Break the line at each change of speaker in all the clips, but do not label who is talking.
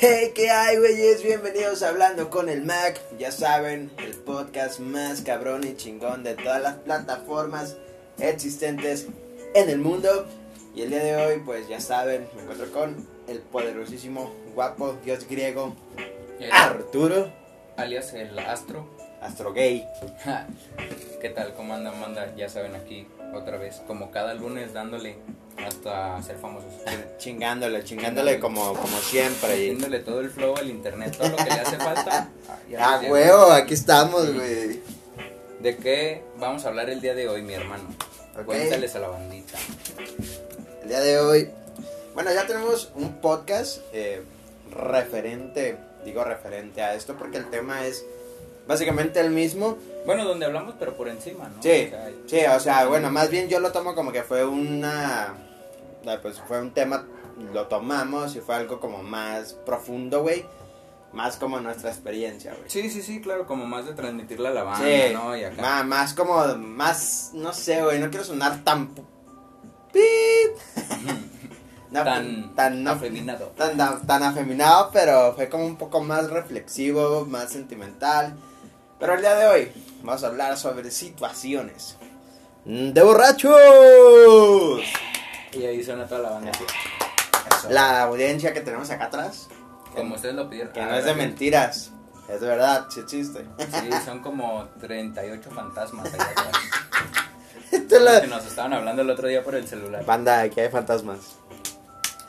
Hey, ¿qué hay, güeyes? Bienvenidos a Hablando con el Mac. Ya saben, el podcast más cabrón y chingón de todas las plataformas existentes en el mundo. Y el día de hoy, pues ya saben, me encuentro con el poderosísimo, guapo, dios griego,
El-
Ah. Arturo,
Eh, alias el astro.
astro gay.
Ja. ¿Qué tal? ¿Cómo andan, manda? Ya saben, aquí otra vez, como cada lunes, dándole hasta ser famosos.
Chingándole, chingándole como, como siempre. y-
Haciéndole todo el flow al internet, todo lo que le hace falta. Ah, ya
Ah,
nos llegó.
huevo, aquí estamos, güey.
¿De qué vamos a hablar el día de hoy, mi hermano?
Ok.
Cuéntales a la bandita.
El día de hoy, bueno, ya tenemos un podcast eh, referente, digo referente a esto porque el tema es básicamente el mismo.
Bueno, donde hablamos, pero por encima, ¿no?
Sí,
O sea,
sí, o sea, bueno, más bien yo lo tomo como que fue una, ah, pues fue un tema, lo tomamos y fue algo como más profundo, güey, más como nuestra experiencia, güey.
sí, sí, sí, claro, como más de transmitirle a la banda,
Sí,
¿no? Y acá.
ma- más como, más, no sé, güey, no quiero sonar tan... pu- ¡Pip! No,
tan,
tan, no,
afeminado.
tan, tan- tan afeminado, pero fue como un poco más reflexivo, más sentimental. Pero el día de hoy vamos a hablar sobre situaciones de borrachos.
Y ahí suena toda la banda.
La audiencia que tenemos acá atrás,
Como ustedes lo pidieron.
que
Ah,
no es de
gracias.
mentiras, es de verdad, sí existe.
Sí, son como 38 fantasmas allá atrás.
Esto es
que
la-
nos estaban hablando el otro día por el celular.
Banda, aquí hay fantasmas.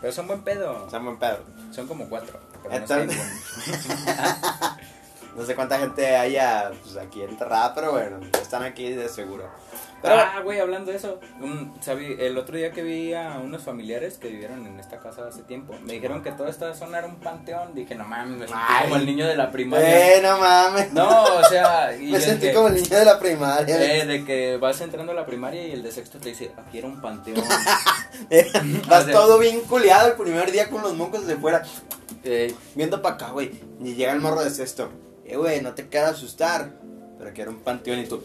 Pero son buen pedo.
San buen pedo.
Son como cuatro. pero no sé,
Entonces- No sé cuánta gente haya pues, aquí enterrada, pero bueno, están aquí de seguro. Pero,
bueno. Ah, güey, hablando de eso. un- sabí- el otro día que vi a unos familiares que vivieron en esta casa hace tiempo, me dijeron que toda esta zona era un panteón. Dije, no mames, me sentí
Ay.
como el niño de la primaria.
eh, no mames.
No, o sea,
Me
y yo
sentí
dije,
como el niño de la primaria.
eh, de que vas entrando a la primaria y el de sexto te dice, aquí era un panteón.
Vas
O sea-
todo bien culeado el primer día con los mocos de fuera.
Eh,
Viendo para acá, güey. Y llega el morro de sexto. Eh, güey, no te quieras asustar. Pero que era un panteón y tú.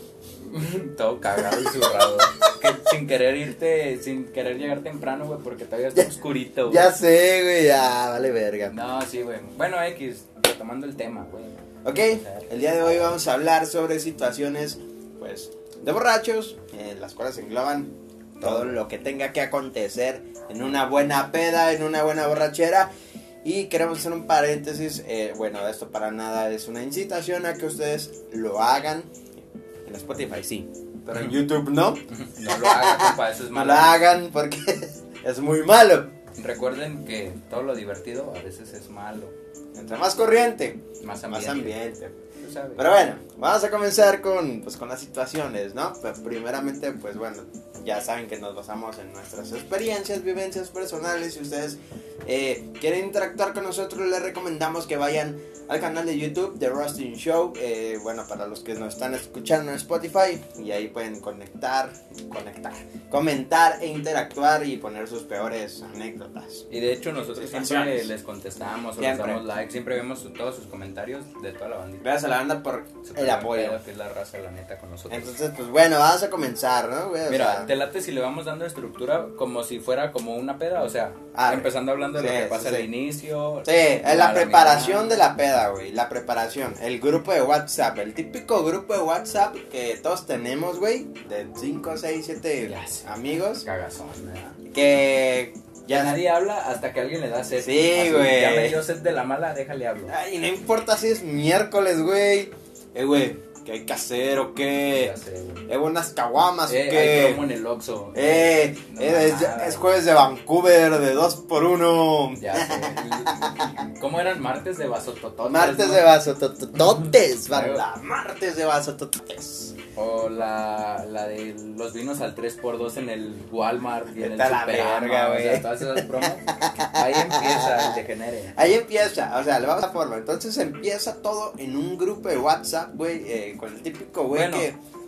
Todo cagado y zurrado. que sin querer irte, sin querer llegar temprano, güey, porque todavía está oscurito, güey.
Ya sé, güey, ya, vale verga.
No, sí, güey. Bueno, X, retomando el tema, güey.
Ok, el día de hoy vamos a hablar sobre situaciones, pues, de borrachos, eh, las cuales engloban todo lo que tenga que acontecer en una buena peda, en una buena borrachera. Y queremos hacer un paréntesis, eh, bueno, esto para nada es una incitación a que ustedes lo hagan en Spotify, sí, pero en YouTube no.
No lo hagan, compa, eso es
No
malo.
lo hagan porque es muy malo.
Recuerden que todo lo divertido a veces es malo.
Entre más corriente,
Más
más
ambiente.
ambiente.
Tú sabes.
Pero bueno, vamos a comenzar con, pues, con las situaciones, ¿no? Pues, primeramente, pues bueno, ya saben que nos basamos en nuestras experiencias, vivencias personales. Si ustedes eh, quieren interactuar con nosotros, les recomendamos que vayan al canal de YouTube de Rustin Show. eh, bueno, para los que nos están escuchando en Spotify, y ahí pueden conectar, conectar, comentar e interactuar y poner sus peores anécdotas.
Y de hecho, nosotros siempre
Sensaciones.
les contestamos o les
Siempre.
damos like. Siempre vemos su- todos sus comentarios de toda la bandita.
Gracias a la banda por
Súper
el
buen
apoyo.
pedo Que es la raza, la neta, con nosotros.
Entonces, pues bueno, vamos a comenzar, ¿no? güey? O
Mira,
sea,
te late si le vamos dando estructura como si fuera como una peda, o sea,
Ah,
empezando hablando de
sí,
lo que
sí,
pasa
sí.
al inicio.
Sí, es la
a
preparación
mitad.
de la peda, güey. La preparación. El grupo de WhatsApp. El típico grupo de WhatsApp que todos tenemos, güey. De 5, 6, 7
Ya sé.
amigos.
Cagazón, ¿verdad?
Que
Ya
ya
nadie habla hasta que alguien le da sed.
Sí,
Así,
güey.
Ya me dio sed de la mala, déjale hablo.
Ay, no importa si es miércoles, güey. Eh, güey, ¿qué hay que hacer o qué?
Ya sé, güey.
Eh, unas caguamas
Eh,
o
hay
qué.
promo en el Oxxo.
Eh,
No
eh,
mamada,
es, es
güey.
jueves de Vancouver de 2 por 1
Ya sé. ¿Cómo eran martes de vasototón?
Martes de vasotototes,
Luego.
banda. Martes de vasotototes.
O la, la de los vinos al 3x2 en el Walmart y en el
Vete a la
Superama,
verga,
o
güey.
sea, todas esas promos. Ahí empieza el degenere.
Ahí empieza, o sea, le vamos a forma. Entonces empieza todo en un grupo de WhatsApp, güey, eh, con el típico güey
Bueno.
que.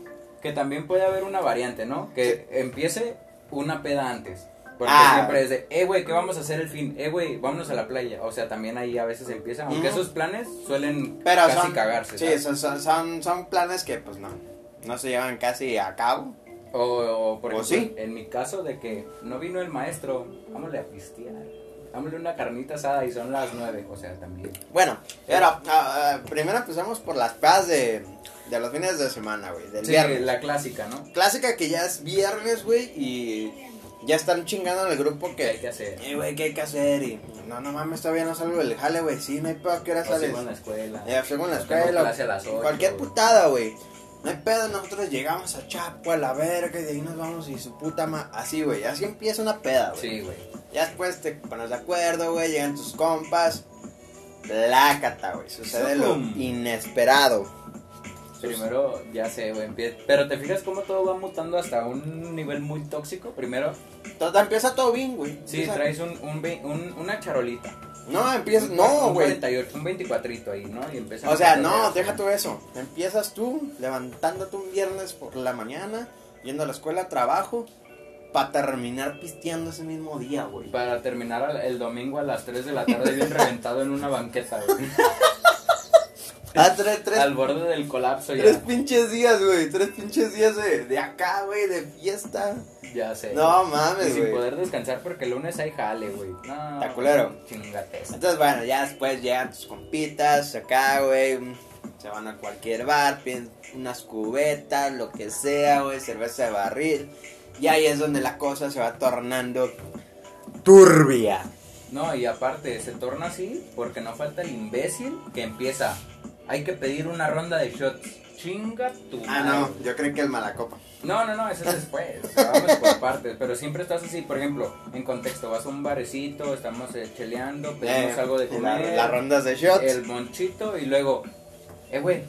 Que también puede haber una variante, ¿no? Que empiece una peda antes. Porque
Ah.
siempre es de, eh, güey, ¿qué vamos a hacer el fin? Eh, güey, vámonos a la playa. O sea, también ahí a veces empieza. Aunque
Mm.
esos planes suelen
Pero
casi
son,
cagarse.
Sí,
¿sabes?
son, son, son, son planes que, pues no, no se llevan casi a cabo.
O, o, por
¿O sí?
ejemplo, en mi caso de que no vino el maestro, vámonos a pistear. Hámele una carnita asada y son las nueve, o sea, también.
Bueno, pero ah, ah, primero empezamos por las pedas de, de los fines de semana, güey, del
Sí,
viernes.
la clásica, ¿no?
Clásica que ya es viernes, güey, y ya están chingando en el grupo
¿Qué hay
que,
que hacer?
eh, güey, ¿qué hay que hacer? Y, no, no mames, todavía no salgo del jale, güey, sí, no hay pedo, ¿qué hora
O
sales?
sigo en la escuela.
Eh, según la
o tengo
escuela,
clase a las ocho,
cualquier
güey.
putada, güey. No hay pedo, nosotros llegamos a Chapo, a la verga, y de ahí nos vamos y su puta ma... Así, güey, así empieza una peda, güey.
Sí, güey.
Ya después te pones de acuerdo, güey, llegan tus compas. Plácata, güey, sucede lo
Zum.
inesperado.
Primero, ya sé, güey. empie- Pero te fijas cómo todo va mutando hasta un nivel muy tóxico. Primero,
Todo, empieza todo bien, güey.
sí,
Empieza-
traes un, un, ve- un- una charolita.
No, empieza...
Un-
No,
un
güey.
48, un 24 ahí, ¿no? Y empiezan
O sea,
a
no,
cotorrear.
deja tú eso. Empiezas tú levantándote un viernes por la mañana, yendo a la escuela, trabajo, para terminar pisteando ese mismo día, güey.
Para terminar al- el domingo a las 3 de la tarde bien reventado en una banqueta, güey.
Ah, tres, tres,
Al borde del colapso
tres
ya.
pinches días, güey. Tres pinches días de, de acá, güey, de fiesta.
Ya sé.
No
Y
mames,
sin
güey.
poder descansar porque el lunes hay jale, güey. No.
Está culero.
Chingate esa.
Entonces, bueno, ya después llegan tus compitas acá, güey. mm, Se van a cualquier bar, piden unas cubetas, lo que sea, güey, cerveza de barril. Y ahí es donde la cosa se va tornando turbia.
No, y aparte se torna así porque no falta el imbécil que empieza. Hay que pedir una ronda de shots. Chinga tu
Ah,
madre.
no, yo creo que el Malacopa.
No, no, no, eso es después. o sea, Vamos por partes. Pero siempre estás así, por ejemplo, en contexto, vas a un barecito, estamos eh, cheleando, pedimos
Eh,
algo de
la-
comer.
Las rondas de shots.
el monchito y luego, eh, güey,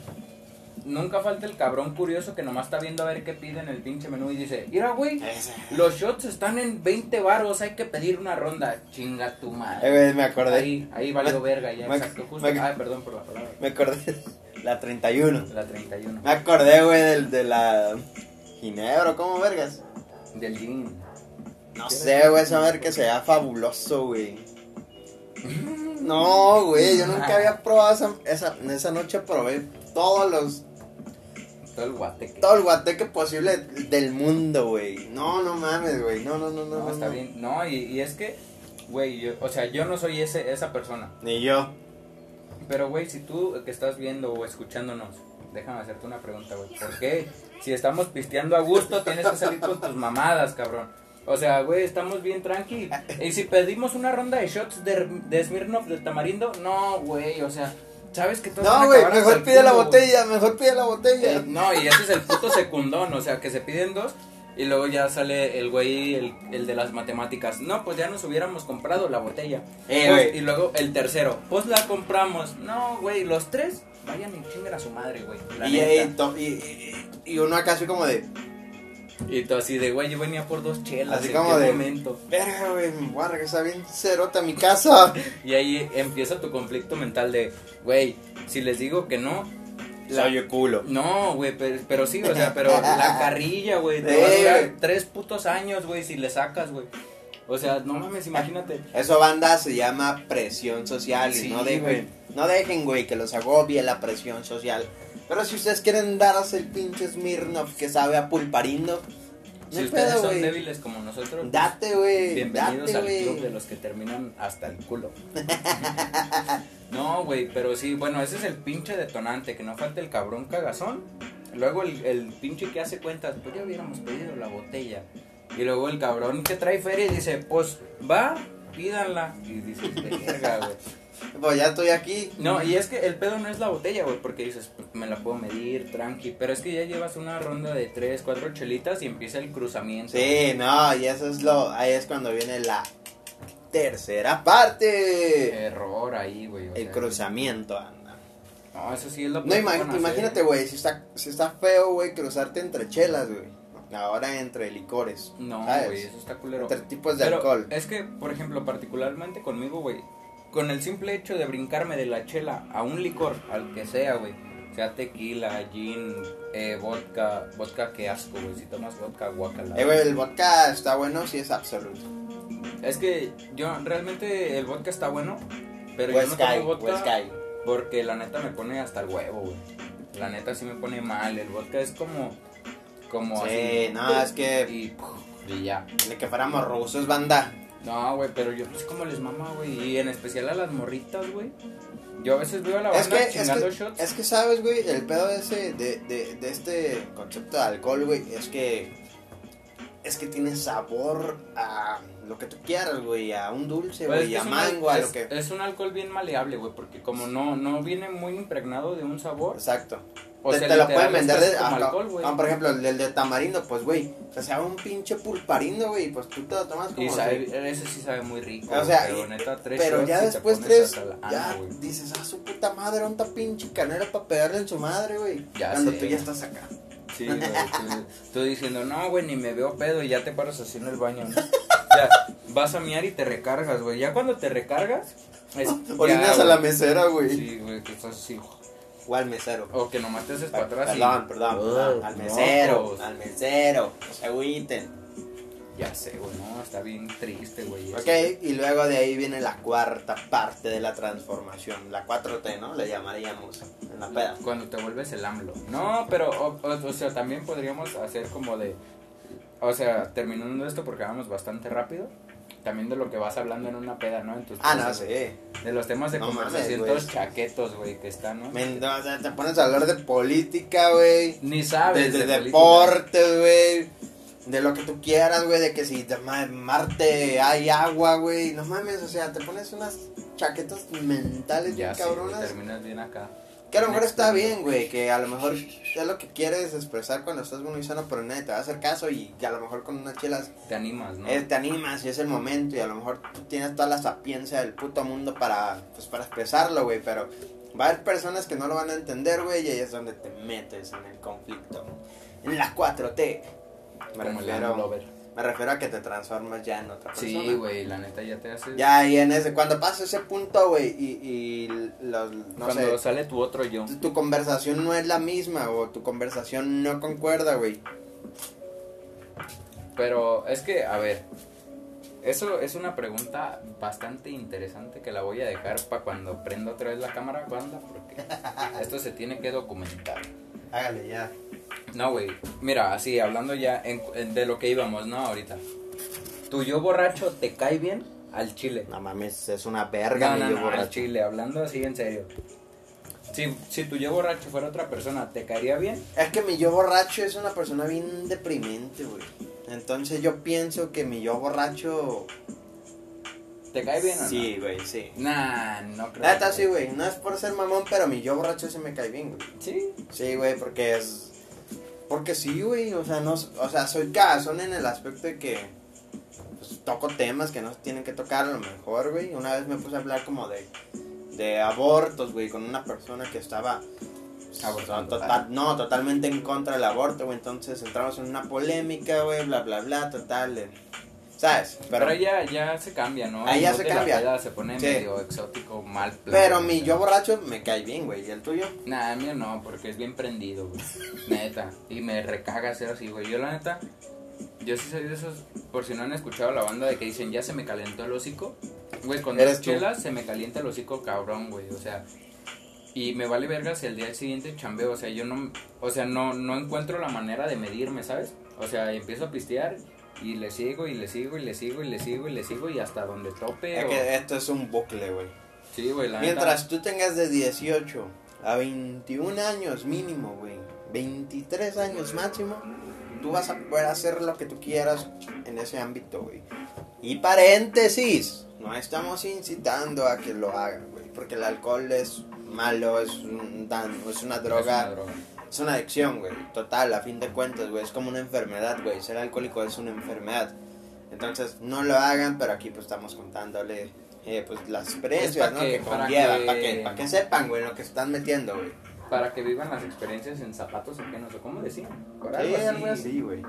nunca falta el cabrón curioso que nomás está viendo a ver qué pide en el pinche menú y dice, mira, güey,
Ese.
los shots están en 20 baros, hay que pedir una ronda. Chinga tu
Eh,
madre.
güey, me acordé.
Ahí, ahí valió verga, ya,
Mac-
exacto, justo.
Mac-
Ah, perdón por la palabra.
Me acordé. La 31.
La 31.
Me acordé, güey, del, de la. Ginebra, ¿cómo vergas?
Del gin.
No sé, güey, saber que se vea fabuloso, güey. No, güey, yo nunca había probado esa, esa, esa noche probé todos los,
Todo el guateque.
todo el guateque posible del mundo, güey. No, no mames, güey, no, no, no, no.
No, está
no.
bien. No, y, y es que, güey, yo- o sea, yo no soy ese, esa persona.
Ni yo.
Pero, güey, si tú que estás viendo o escuchándonos, déjame hacerte una pregunta, güey. ¿Por qué? Si estamos pisteando a gusto, tienes que salir con tus mamadas, cabrón. O sea, güey, estamos bien tranqui. Y si pedimos una ronda de shots de, de Smirnoff de tamarindo, no, güey, o sea, sabes que todos van
No,
a
güey,
acabar hasta
mejor
el
pide la
culo, güey.
botella, mejor pide la botella.
Eh, no, y ese es el puto secundón, o sea, que se piden dos y luego ya sale el güey, el, el de las matemáticas. No, pues ya nos hubiéramos comprado la botella.
Eh,
Pues,
güey.
y luego el tercero, pues la compramos. No, güey, los tres, vayan y chingan a su madre, güey. la
Y,
neta.
y to- y- y- y uno acá así como de,
Y tú así de, güey, yo venía por dos chelas.
Así
¿en
como
qué
de-
momento?
verga, güey, me voy a regresar bien cerota a mi casa.
Y ahí empieza tu conflicto mental de, güey, si les digo que no. la-
el culo.
No, güey, pero, pero sí, o sea, pero la carrilla, güey, te va a
Eh,
durar
güey.
tres putos años, güey, si le sacas, güey. O sea, no mames, imagínate.
Eso, banda, se llama presión social.
Sí,
y no
güey.
dejen, no dejen, güey, que los agobie la presión social. Pero si ustedes quieren darse el pinche Smirnoff que sabe a pulparindo, no
Si
hay
ustedes
pedo,
son
güey.
débiles como nosotros,
Date, güey.
bienvenidos
Date,
al club de
güey.
los que terminan hasta el culo. no, güey, pero sí, bueno, ese es el pinche detonante, que no falta el cabrón cagazón. Luego el, el pinche que hace cuentas, pues ya hubiéramos pedido la botella. Y luego el cabrón que trae feria y dice, pues va, pídanla. Y dices, verga, güey.
Pues ya estoy aquí.
No, y es que el pedo no es la botella, güey, porque dices, me la puedo medir, tranqui, pero es que ya llevas una ronda de tres, cuatro chelitas y empieza el cruzamiento.
Sí, no, y eso es lo. Ahí es cuando viene la tercera
Eh,
parte.
Error ahí, güey. o
El
sea,
cruzamiento, anda.
No, eso sí es lo
No,
peor que
imag-
van a hacer.
imagínate, güey, si está, si está feo, güey, cruzarte entre chelas, güey. Ahora entre licores.
No,
¿sabes?
güey, eso está culero.
Entre tipos de
Pero eh,
alcohol.
Es que, por ejemplo, particularmente conmigo, güey, con el simple hecho de brincarme de la chela a un licor, al que sea, güey, sea tequila, gin, eh, vodka, vodka, qué asco, güey, si tomas vodka, guacala.
Eh, güey, el vodka está bueno si es absoluto.
Es que yo realmente el vodka está bueno, pero
O
yo no
Sky,
tomo vodka
o Sky.
porque la neta me pone hasta el huevo, güey. La neta sí me pone mal, el vodka es como como
Sí,
así
no, es que
y, y ya.
de que fuéramos rusos, banda.
No, güey, pero yo no sé cómo les mama, güey. Y en especial a las morritas, güey. Yo a veces veo a la
Es
banda
que, es,
chingando
que,
shots.
es que, sabes, güey, el pedo ese de, de, de este concepto de alcohol, güey, es que es que tiene sabor a lo que tú quieras, güey, a un dulce,
Pues es
güey,
que
a
es un
mango,
al-
a lo
es-
que...
Es un alcohol bien maleable, güey, porque como no, no viene muy impregnado de un sabor.
Exacto.
O
Pues, te,
sea,
te lo
literal,
pueden vender
es
de,
como
ajá,
alcohol, güey.
ah, por ejemplo, el, el de tamarindo, pues, güey, o sea, un pinche pulparindo, güey, pues tú te lo tomas como...
Y sabe, ese sí sabe muy rico.
O sea,
pero
y-
neta, tres
Pero
shots y
ya
te
después
pones
tres,
hasta la-
ya
ah, güey.
dices, ah, su puta madre, un pinche canela para pegarle en su madre, güey.
Ya
Cuando
sé.
tú ya estás acá.
Sí, güey, tú, tú diciendo, no, güey, ni me veo pedo y ya te paras así en el baño. ¿no? O sea, vas a miar y te recargas, güey. Ya cuando te recargas, es. ya,
Orinas a la
güey.
mesera, güey.
Sí, güey, que estás así.
O al mesero.
O que nomás te haces para atrás y-
Perdón, perdón, perdón.
Oh,
Al mesero,
locos.
al mesero. No se agüiten.
Ya sé, güey, no, está bien triste, güey.
Ok, y luego de ahí viene la cuarta parte de la transformación. La 4T, ¿no? Le llamaríamos en la peda.
Cuando te vuelves el AMLO. No, pero, o, o- o sea, también podríamos hacer como de. O sea, terminando esto porque vamos bastante rápido. También de lo que vas hablando en una peda, ¿no? En tus
Ah, no,
clases, güey.
sí.
De los temas de
No mames,
conversación,
güey.
todos chaquetos, güey, que están, ¿no?
Men, o sea, te pones a hablar de política, güey.
Ni
De,
sabes.
de
de política.
deportes, güey. De lo que tú quieras, güey. De que si de ma- Marte hay agua, güey. No mames, o sea, te pones unas chaquetas mentales bien
Ya sé, güey,
cabronas.
terminas bien acá.
Que a lo mejor está
Inexperto.
bien, güey, que a lo mejor es lo que quieres expresar cuando estás muy sano, pero nadie te va a hacer caso y que a lo mejor con unas chelas
Te animas, ¿no?
eh, te animas y es el momento y a lo mejor tú tienes toda la sapiencia del puto mundo para, pues, para expresarlo, güey, pero va a haber personas que no lo van a entender, güey, y ahí es donde te metes en el conflicto. En la 4T. Me
Como el
refiero,
lover.
me refiero a que te transformas ya en otra persona.
Sí, güey, la neta ya te haces.
Ya, y en ese, cuando pasa ese punto, güey, y, y los, no
cuando
sé,
sale tu otro yo.
tu- tu conversación no es la misma o tu conversación no concuerda, güey.
Pero es que, a ver, eso es una pregunta bastante interesante que la voy a dejar para cuando prenda otra vez la cámara, banda, porque esto se tiene que documentar.
Hágale ya.
No, güey, mira, así, hablando ya en- en- de lo que íbamos, ¿no? Ahorita. ¿Tu yo borracho te cae bien al chile?
No mames, es una
No,
verga
no,
mi yo
no, al
borracho.
chile, hablando así en serio. Si, si tu yo borracho fuera otra persona, ¿te caería bien?
Es que mi yo borracho es una persona bien deprimente, güey. Entonces yo pienso que mi yo borracho.
¿Te cae bien o no?
Sí, güey, sí.
Nah, no creo.
Neta, sí, güey. No es por ser mamón, pero mi yo borracho se me cae bien, güey.
Sí,
Sí, güey, porque es. Porque sí, güey. O sea, no, o sea, soy cagazón en el aspecto de que pues, toco temas que no se tienen que tocar a lo mejor, güey. Una vez me puse a hablar como de, de abortos, güey, con una persona que estaba. pues,
Abortando.
total- no, totalmente en contra del aborto, güey. Entonces entramos en una polémica, güey, bla, bla, bla, total. eh, ¿Sabes?
Pero, ya, ya se cambia, ¿no?
Ahí ya
El
se
mood de la
cambia.
peda se pone
Sí.
medio exótico, mal plan.
pero mi yo borracho me cae bien, güey. ¿Y el tuyo?
Nah, mío no, porque es bien prendido, güey. Neta. Y me recaga ser así, güey. Yo, la neta, yo sí soy de esos. Por si no han escuchado la banda de que dicen, ya se me calentó el hocico. Güey, con
Eres
las
tú.
chelas se me calienta el hocico, cabrón, güey. O sea. Y me vale vergas el día siguiente chambeo. O sea, yo no. O sea, no, no encuentro la manera de medirme, ¿sabes? O sea, empiezo a pistear. Y le sigo, y le sigo, y le sigo, y le sigo, y le sigo, y hasta donde tope.
Es
o-
que esto es un bucle, güey.
Sí, güey, la neta.
Mientras tú tengas de 18 a 21 años mínimo, güey, 23 años máximo, tú vas a poder hacer lo que tú quieras en ese ámbito, güey. Y paréntesis, no estamos incitando a que lo hagan, güey, porque el alcohol es malo, es, un dan- es una
Es una
droga, es una adicción, güey, total, a fin de cuentas, güey, es como una enfermedad, güey, ser alcohólico es una enfermedad. Entonces, no lo hagan, pero aquí pues estamos contándole eh, pues las experiencias,
Es
¿no?
pa' que-
Que
para
conlleva,
que-
para que, pa' que sepan, güey, lo que están metiendo, güey.
Para que vivan las experiencias en zapatos ajenos, o como decían. por
Sí,
algo así.
algo así, güey.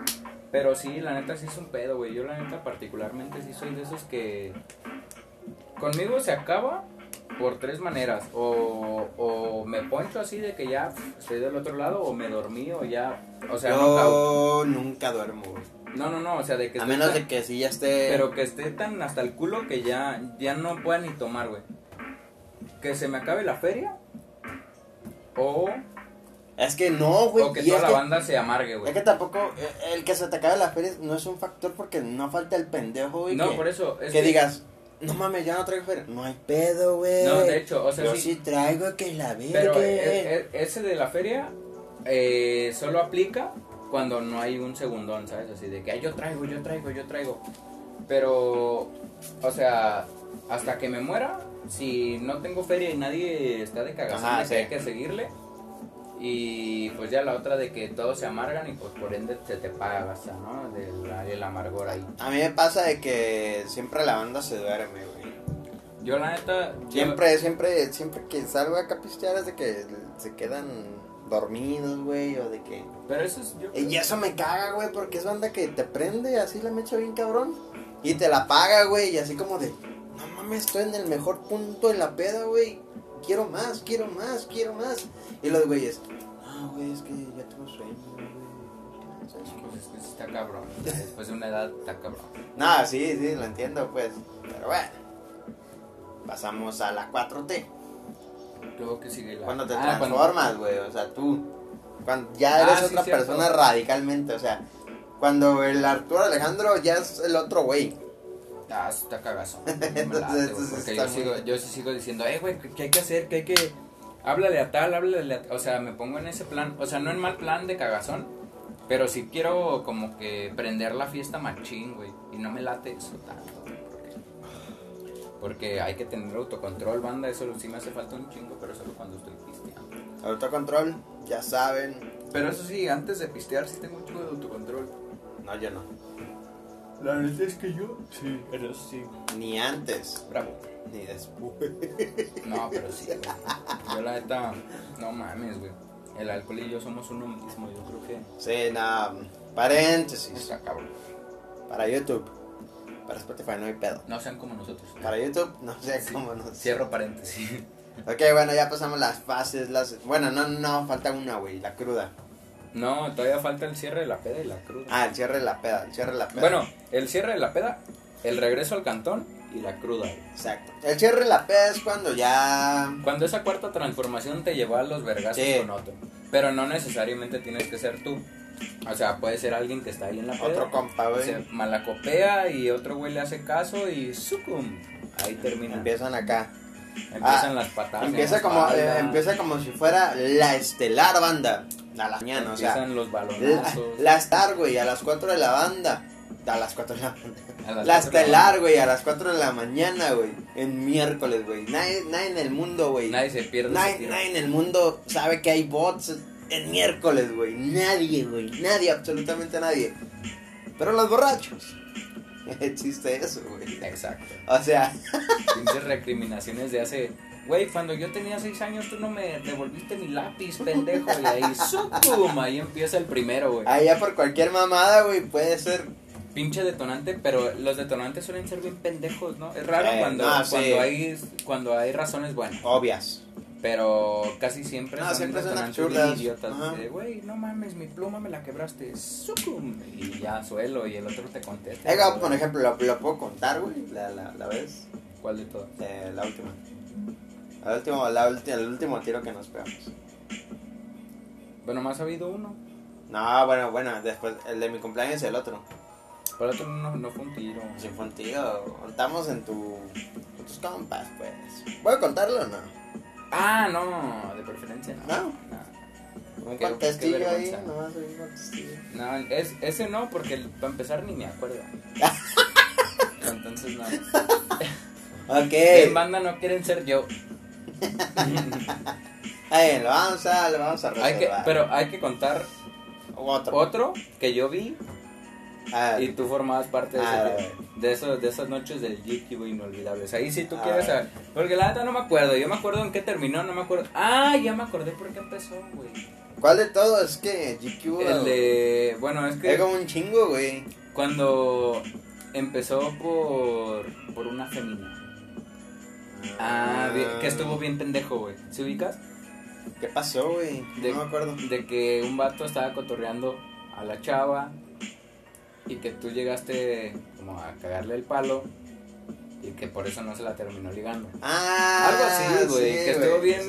Pero sí, la neta sí es un pedo, güey. Yo la neta particularmente sí soy de esos que... Conmigo se acaba por tres maneras. O, o me poncho así de que ya pf, estoy del otro lado, o me dormí, o ya... O sea, no
Yo
acabo.
nunca duermo, güey.
No, no, no, o sea, de que...
A
estoy
menos
tan-
de que sí ya esté...
Pero que esté tan hasta el culo que ya, ya no pueda ni tomar, güey. Que se me acabe la feria. O
Es que no, güey.
o que
y
toda
es
la
que-
banda se amargue,
Es
güey.
que tampoco, eh, el que se te acabe la feria no es un factor porque no falta el pendejo, güey.
No,
que,
por eso.
que
es
digas, no mames, ya no traigo feria. No hay pedo, güey.
No, de hecho, o sea,
Yo
sí.
sí traigo que la verga.
Pero e- e- ese de la feria eh, solo aplica cuando no hay un segundón, ¿sabes? Así de que "Ay, yo traigo, yo traigo, yo traigo. Pero, o sea, hasta que me muera, si no tengo feria y nadie está de
Ajá,
cagazón,
sí.
que hay que seguirle. Y pues ya la otra de que todos se amargan y pues por ende se te paga, basta, ¿no? Del, el amargor ahí.
A mí me pasa de que siempre la banda se duerme, güey.
Yo la neta... yo-
Siempre, siempre, siempre que salgo a capistear es de que se quedan dormidos, güey, o de que...
pero eso es... yo-
Y eso me caga, güey, porque es banda que te prende así la mecha bien cabrón y te la paga, güey, y así como de, no mames, estoy en el mejor punto en la peda, güey, quiero más, quiero más, quiero más. Y los güeyes, ah, güey, es que ya tengo sueño, güey.
Pues es que sí está cabrón. Después de una edad está cabrón.
No, sí, sí, lo entiendo, pues, pero bueno. Pasamos a la 4T.
Luego que sigue la...
Cuando te
Ah, cuando-
transformas, güey, o sea, tú. Cuando ya
Ah,
eres
sí,
otra
cierto.
persona radicalmente, o sea, cuando el Arturo Alejandro ya es el otro güey.
Ah, eso está cagazo.
Entonces, eso sí
porque
está
yo,
muy-
sigo, yo sí sigo diciendo, eh, güey, ¿qué hay que hacer? ¿Qué hay que...? Háblale a tal, háblale a... O sea, me pongo en ese plan. O sea, no en mal plan de cagazón, pero sí quiero como que prender la fiesta machín, güey. Y no me late eso tanto. güey, porque- Porque hay que tener autocontrol, banda. Eso sí me hace falta un chingo, pero solo cuando estoy pisteando.
Autocontrol, ya saben.
Pero eso sí, antes de pistear sí tengo un chingo de autocontrol.
No, yo no.
La verdad es que yo, sí, pero sí.
Ni antes,
Bravo.
ni después.
No, pero sí, güey. Yo la neta, no mames, güey. El alcohol y yo somos uno mismo, yo creo que
Sí, nada. Paréntesis.
está cabrón.
Para YouTube. Para Spotify no hay pedo.
No sean como nosotros.
Para YouTube, no sé
Sí.
cómo nos.
Cierro paréntesis.
Ok, bueno, ya pasamos las fases. Las... Bueno, no, no, falta una, güey, la cruda.
No, todavía falta el cierre de la peda y la cruda.
Ah, el cierre de la peda, el cierre de la peda.
bueno, el cierre de la peda, el regreso al cantón y la cruda. güey.
Exacto. El cierre de la peda es cuando ya.
Cuando esa cuarta transformación te llevó a los vergazos
Sí.
con otro. Pero no necesariamente tienes que ser tú. O sea, puede ser alguien que está ahí en la peda.
Otro compa,
o
güey.
sea, malacopea y otro güey le hace caso y sucum. Ahí termina.
Empiezan acá.
Empiezan
Ah,
las patadas.
Empieza
en la
como,
espalda,
eh, empieza como si fuera la estelar banda. A la mañana, o sea.
empiezan los
La,
balonazos.
la Star, güey, a las 4 de la banda. A las 4 de la
a las
La
cuatro de la
Estelar, güey, a las 4 de la mañana, güey. En miércoles, güey. Nadie, nadie en el mundo, güey.
mañana. Nadie se pierde. ese
Nadie,
tiro.
nadie en el mundo sabe que hay bots en miércoles, güey. Nadie, güey. Nadie, absolutamente nadie. Pero los borrachos. Existe eso, güey.
Exacto.
O sea,
Pinches recriminaciones de hace. Güey, cuando yo tenía seis años tú no me devolviste mi lápiz, pendejo. Y ahí, sucum. Ahí empieza el primero, güey.
allá por cualquier mamada, güey, puede ser.
Pinche detonante, pero los detonantes suelen ser bien pendejos, ¿no? Es raro
Eh,
cuando,
no, sí.
cuando, hay, cuando hay razones buenas.
Obvias.
Pero casi siempre
No,
son
Ah, siempre son
detonantes
absurdas.
bien idiotas.
Ajá.
de, Güey, no mames, mi pluma me la quebraste. ¡Sucum! Y ya suelo y el otro te contesta.
Oiga, por ejemplo, lo, lo puedo contar, güey. La, la, la vez.
¿Cuál de todas?
Eh, la última. La última, la ulti- el último tiro que nos pegamos.
Bueno, más ha habido uno.
No, bueno, bueno, después, el de mi cumpleaños y el otro.
Pero el otro no, no fue un tiro.
Si fue un tiro, contamos en tu. con tus compas, pues. ¿Puedo contarlo o no?
Ah, no, de preferencia no.
No. Un
Qué- qué
contestillo ahí,
vergüenza.
nomás ahí, un contestillo.
No, es, ese no, porque el- para empezar ni me acuerdo. Entonces no. En
Ok.
banda no quieren ser yo.
Ahí, lo vamos a, lo vamos a resolver.
hay que, pero hay que contar
Otro.
otro que yo vi
Ah,
y tú formabas parte de,
Ah,
ese- de, esos- de esas noches del GQ inolvidables. Ahí sí tú
Ah.
quieres saber. Porque la neta no me acuerdo. Yo me acuerdo en qué terminó, no me acuerdo. Ah, ya me acordé por qué empezó, güey.
¿Cuál de todos? Es que GQ.
El de. Bueno, es que.
Es como un chingo, güey.
Cuando empezó por, por una femina. Ah, bien- que estuvo bien pendejo, güey. ¿Se ubicas?
¿Qué pasó, güey?
De-
No me acuerdo.
De que un vato estaba cotorreando a la chava y que tú llegaste como a cagarle el palo y que por eso no se la terminó ligando.
Ah,
Algo así, güey, que estuvo bien.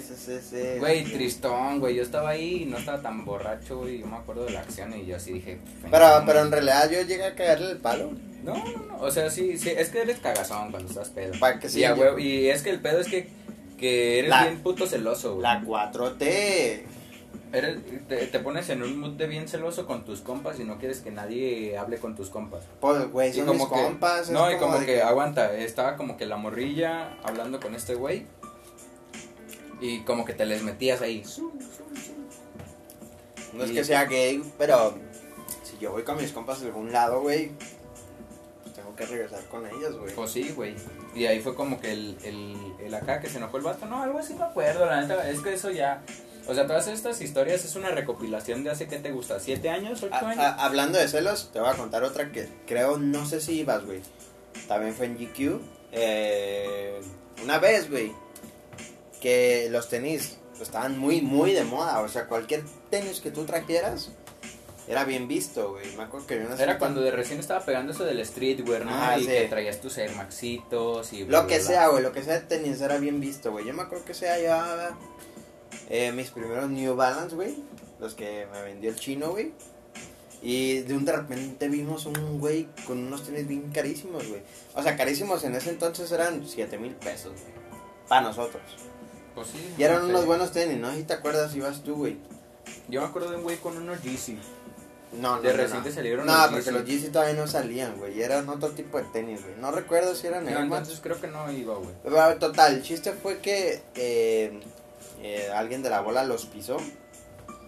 Sí, sí, sí, sí.
Güey, tristón, güey. Yo estaba ahí y no estaba tan borracho, güey. Yo me acuerdo de la acción y yo así dije.
Pero, pero en realidad yo llegué a caerle el palo.
No, no, no, o sea, sí, sí, es que eres cagazón cuando estás pedo.
Pa' que sí,
y, a
yo-
huevo- y es que el pedo es que, que eres
La-
bien puto celoso, güey.
La 4T.
Eres- te, te pones en un mood de bien celoso con tus compas y no quieres que nadie hable con tus compas.
Pues, güey,
Y
son
como
mis
que-
compas. es
no, y como
de
que, aguanta, estaba como que la morrilla hablando con este güey. Y como que te les metías ahí.
No es que sea gay, pero si yo voy con mis compas a algún lado, güey, pues tengo que regresar con ellos, güey.
Pues sí, güey. Y ahí fue como que el, el, el acá que se enojó el vato. No, algo así me acuerdo, la neta. Es que eso ya. O sea, todas estas historias es una recopilación de hace que te gusta, siete años, ocho
A-
años.
a- hablando de celos, te voy a contar otra que creo, no sé si ibas, güey. También fue en GQ. eh, una vez, güey, que los tenis estaban muy, muy de moda. O sea, cualquier tenis que tú trajeras era bien visto, güey. Me acuerdo que había unas-
Era cuando de recién estaba pegando eso del streetwear, ¿no?
Ah,
y
sí.
que traías tus Air Maxitos y bla,
Lo que
bla, bla.
sea, güey, lo que sea de tenis era bien visto, güey. Yo me acuerdo que sea llevaba eh, mis primeros New Balance, güey. Los que me vendió el chino, güey. Y de un de repente vimos un güey con unos tenis bien carísimos, güey. O sea, carísimos en ese entonces eran 7 mil pesos, güey. Para nosotros.
Pues sí,
Y eran
no sé.
unos buenos tenis, ¿no? Si te acuerdas, ibas tú, güey.
Yo me acuerdo de un güey con unos Yeezy.
No, no,
De
no,
reciente
no.
salieron
No,
los
porque
Yeezy.
los Yeezy todavía no salían, güey. Eran otro tipo de tenis, güey. No recuerdo si eran
No,
Air Max
entonces creo que no iba, güey.
Pero, Total, el chiste fue que eh, eh, alguien de la bola los pisó.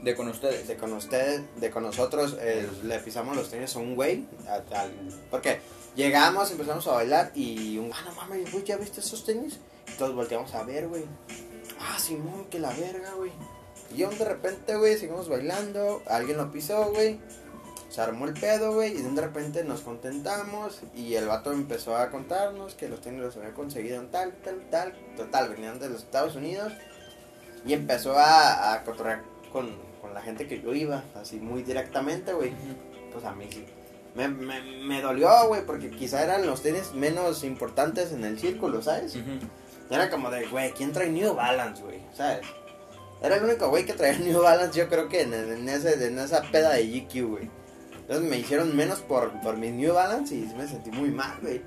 De con ustedes.
De con ustedes, de con nosotros, eh, le pisamos los tenis a un güey. a- al- porque llegamos, empezamos a bailar y un ah, no mames, güey, ¿ya viste esos tenis? Y todos volteamos a ver, güey. Ah, Simón, que la verga, güey. Y aún de repente, güey, seguimos bailando. Alguien lo pisó, güey. Se armó el pedo, güey. Y de repente nos contentamos. Y el vato empezó a contarnos que los tenis los había conseguido en tal, tal, tal. Total, venían de los Estados Unidos. Y empezó a, a cotorrear con, con la gente que yo iba. Así muy directamente, güey. Pues a mí sí. Me, me, me dolió, güey, porque quizá eran los tenis menos importantes en el círculo, ¿sabes?
Ujú.
Era como de, güey, ¿quién trae New Balance, güey? ¿Sabes? Era el único güey que traía New Balance, yo creo que en, en ese, en esa peda de GQ, güey. Entonces me hicieron menos por, por mis New Balance y me sentí muy mal, güey.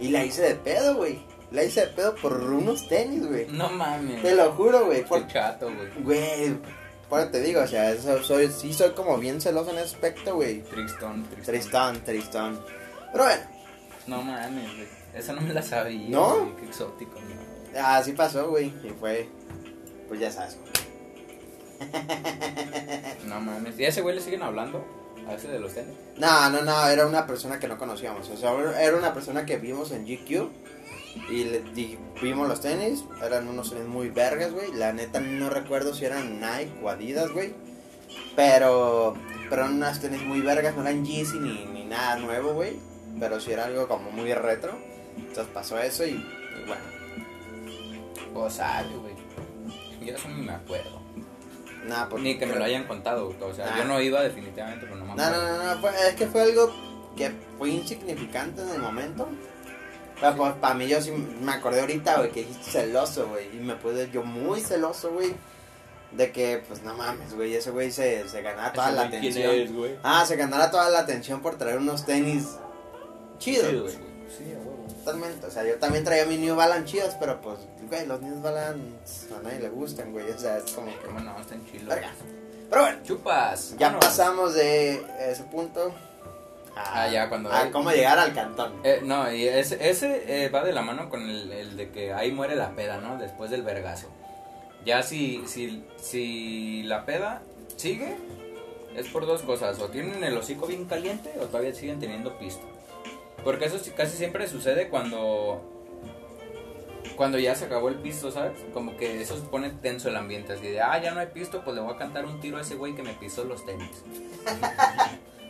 Y la hice de pedo, güey. La hice de pedo por unos tenis, güey.
No mames.
Te lo juro, güey. por-
Qué chato, güey.
Güey, por eso te digo, o sea, eso- soy, sí soy como bien celoso en ese aspecto, güey.
Tristón, tristón.
Tristón, tristón. Pero bueno,
No mames, güey. Esa no me la sabía.
¿No? Eh.
güey, Qué exótico, ¿no?
así pasó, güey. Y fue, pues ya sabes, güey.
No mames. ¿Y a ese güey le siguen hablando? A ese de los tenis.
No, no, no, era una persona que no conocíamos. O sea, era una persona que vimos en GQ y le di- vimos los tenis. Eran unos tenis muy vergas, güey. La neta no recuerdo si eran Nike o Adidas, güey. Pero, pero eran unas tenis muy vergas, no eran Yeezy ni, ni nada nuevo, güey. Pero sí era algo como muy retro. Entonces pasó eso y, y bueno,
Pues sabe, güey. Yo eso ni me acuerdo.
nada, porque.
Ni que me lo hayan contado, güey. O sea,
Ah.
yo no iba definitivamente, pero no me
No, no,
acuerdo.
no, no, fue- es que fue algo que fue insignificante en el momento. Pero pues para mí yo sí me acordé ahorita, güey, que dijiste celoso, güey. Y me puse yo muy celoso, güey. De que, pues no mames, güey, ese güey se, se ganaba toda
Ese
la
güey, ¿quién
atención.
es, güey?
Ah, se ganara toda la atención por traer unos tenis chidos, güey.
Sí, a huevo.
Totalmente, o sea, yo también traía mi New Balance chidos, pero pues, güey, los New Balance a nadie le gustan, güey. O sea, es como
Qué
que...
bueno, están chilos.
Verga. Pero bueno.
Chupas.
Ya
vámonos.
pasamos de ese punto.
Ah, ya, cuando-
A cómo llegar al cantón.
Eh, no, y ese, ese eh, va de la mano con el, el de que ahí muere la peda, ¿no? Después del vergazo. Ya si, si, si la peda sigue, es por dos cosas. O tienen el hocico bien caliente o todavía siguen teniendo pista. Porque eso sí- casi siempre sucede cuando... Cuando ya se acabó el pisto, ¿sabes? Como que eso pone tenso el ambiente. Así de, ah, ya no hay pisto, pues le voy a cantar un tiro a ese güey que me pisó los tenis.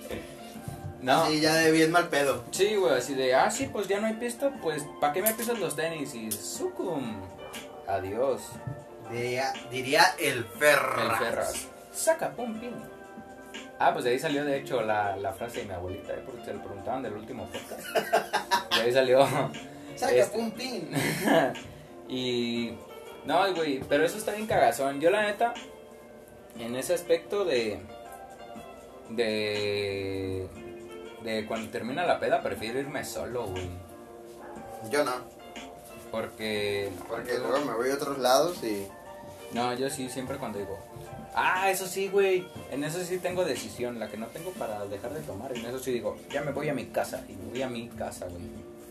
no.
Sí, ya de bien mal pedo.
Sí, güey, así de, ah, sí, pues ya no hay pista, pues, ¿para qué me pisas los tenis? Y sucum, adiós,
Diría, diría el perro.
el Ferraz. Saca, pum, pim. Ah, pues de ahí salió, de hecho, la, la frase de mi abuelita, ¿eh? porque se lo preguntaban del último podcast. De ahí salió,
Saca
Este.
un pin.
Y. No, güey, pero eso está bien cagazón. Yo, la neta, en ese aspecto de. De. De cuando termina la peda, prefiero irme solo, güey.
Yo no,
Porque.
porque luego me voy a otros lados y.
No, yo sí, siempre cuando digo. Ah, eso sí, güey. En eso sí tengo decisión. La que no tengo para dejar de tomar. En eso sí digo, ya me voy a mi casa. Y me voy a mi casa, güey.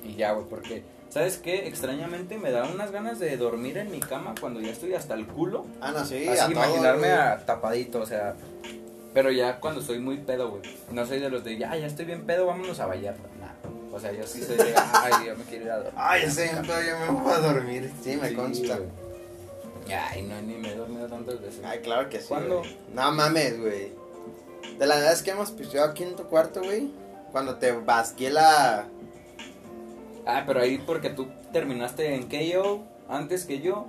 Y ya, güey, porque. ¿Sabes qué? Extrañamente me da unas ganas de dormir en mi cama cuando ya estoy hasta el culo.
Ah, no, sí,
Así
a todo,
imaginarme
güey.
a tapadito, o sea. Pero ya cuando soy muy pedo, güey. No soy de los de, ya, ya estoy bien pedo, vámonos a Vallarta. Nah. O sea, yo sí soy de, ay, yo me quiero ir a dormir.
Ay, sí, entonces yo me voy a dormir. Sí, me
Sí,
consta.
güey. Ay, no, ni me he dormido tantas veces.
Ay, claro que sí.
¿Cuándo?
güey. No mames, güey. De la vez que hemos pisteado aquí en tu cuarto, güey. Cuando te basqué la.
Ah, pero ahí porque tú terminaste en KO antes que yo.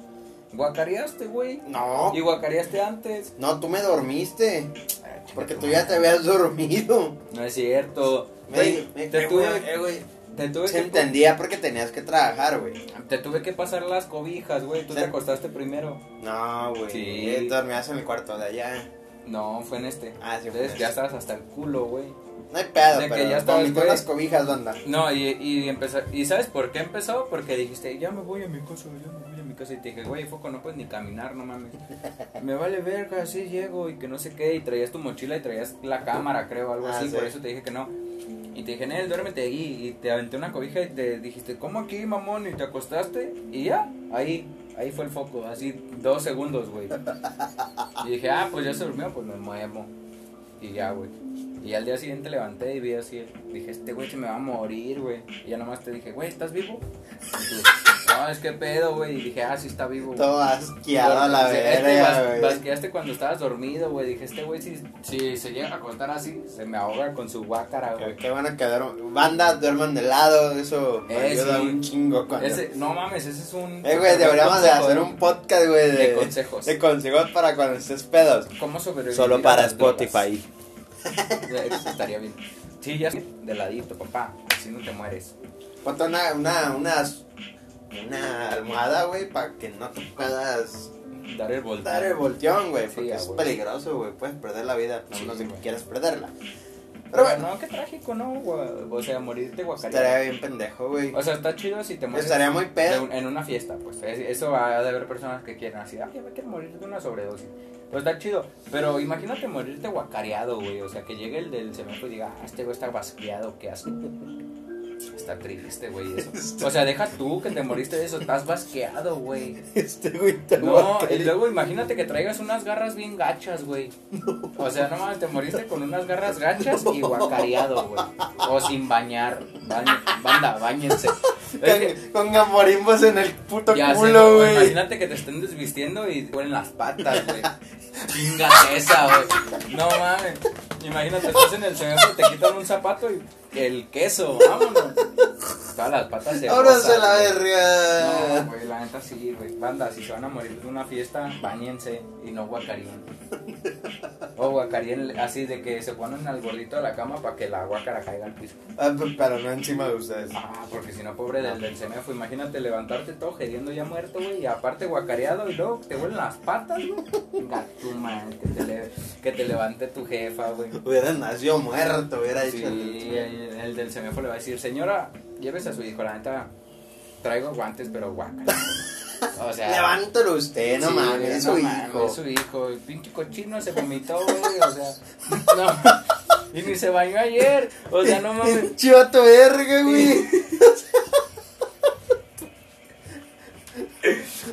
Guacareaste, güey.
No.
Y guacareaste antes.
No, tú me dormiste.
Ay, chinga
Porque
tu
tú ya te
madre.
habías dormido.
No es cierto.
Me,
Güey,
me-
te
me-
tuve,
eh, güey.
te tuve
Se
que
entendía porque tenías que trabajar, güey.
Te tuve que pasar las cobijas, güey. Tú
Sí.
te acostaste primero.
No, güey.
Sí.
eh, Dormías en el cuarto de allá.
No, fue en este.
Ah, sí, fue en
Entonces
este.
ya estabas hasta el culo, güey.
No hay pedo,
De que
pero
ya estabas,
vomitó
güey.
las cobijas, banda.
No, y, y empezó. ¿Y sabes por qué empezó? Porque dijiste, ya me voy a mi casa, ya me voy a mi casa. Y te dije, güey, Foco, no puedes ni caminar, no mames. me vale verga, así llego y que no sé qué. Y traías tu mochila y traías la cámara, creo, algo
Ah,
así.
sí.
Por eso te dije que no. Y te dije, Nel, duérmete ahí. Y te aventé una cobija y te dijiste, ¿cómo aquí, mamón? Y te acostaste. Y ya, ahí, ahí fue el foco. Así dos segundos, güey. Y dije, ah, pues ya se durmió, pues me muevo. Y ya, güey. Y al día siguiente levanté y vi así. Dije, este güey se me va a morir, güey. Y ya nomás te dije, güey, ¿estás vivo? Y tú, no, es que pedo, güey. Y dije, ah, sí está vivo, güey.
Todo asqueado a la
Dice, este vas-
verga, güey.
vasqueaste cuando estabas dormido, güey. Dije, este güey, si, si se llega a acostar así, se me ahoga con su guácara,
Qué-
güey.
Qué bueno que duerman. Banda, duerman de lado, eso
Eh,
ayuda
sí.
un chingo cuando.
Ese- no mames, ese es un.
Eh, güey, deberíamos de hacer un podcast, güey, de,
de consejos.
de consejos para cuando estés pedos.
¿Cómo sobrevivir? a las drogas? Eso estaría bien. Sí, ya de ladito, papá. Así no te mueres.
Ponte una, una, unas- una almohada, güey, para que no te puedas
Dar el volteo.
dar el volteón, güey,
Sí,
porque
a
es
huevo.
peligroso, güey, puedes perder la vida, no
Sí,
menos de que
güey.
quieras perderla. Pero
Pero
bueno,
no, qué trágico, ¿no? Gua- O sea, morirte
estaría
guacareado.
bien pendejo, güey.
O sea, está chido si te mueres.
Estaría muy
de
pedo.
un- en una fiesta, pues es- eso va a haber personas que quieran así, ay, me quiero morir de una sobredosis. Pues está chido, pero imagínate morirte guacareado, güey, o sea, que llegue el del cemento y diga, ah, este güey está basqueado, qué asco. Está triste, güey, eso. O sea, deja tú que te moriste de eso, estás basqueado, güey.
Este güey está
No, y
guacareado.
luego imagínate que traigas unas garras bien gachas, güey. O sea, no mames, te moriste con unas garras gachas y guacareado, güey. O sin bañar. Bañe- banda, bañense.
Con, con gamborimbos en el puto
Ya sé,
culo,
güey,
güey.
Imagínate que te estén desvistiendo y te ponen las patas, güey. Chingas esa, güey. No mames. Imagínate, estás en el cemento, te quitan un zapato y el queso, vámonos. Todas las patas se
Ahora se la
No,
verga.
güey, la neta sí, güey. Banda, si se van a morir de una fiesta, bañense y no guacaríen. O guacaríen así de que se ponen al gordito de la cama para que la guacara caiga al piso.
Ah, pe- pero no encima de ustedes.
Ah, porque si no, pobre del, del semefo, imagínate levantarte todo gediendo ya muerto, güey, y aparte guacareado y luego te huelen las patas, güey. Venga, tú, man, que te, le- que te levante tu jefa, güey.
Hubiera nacido muerto, hubiera
Sí,
dicho.
el, el del semefo le va a decir, señora, llévese a su hijo, la neta, traigo guantes, pero guacareado. O sea...
Levántalo usted, Eh, no
sí,
mames, es su
no mames,
hijo.
es su hijo. El pinche cochino se vomitó, güey. O sea, no. Y ni se bañó ayer. O sea, no mames.
Choto verga, güey.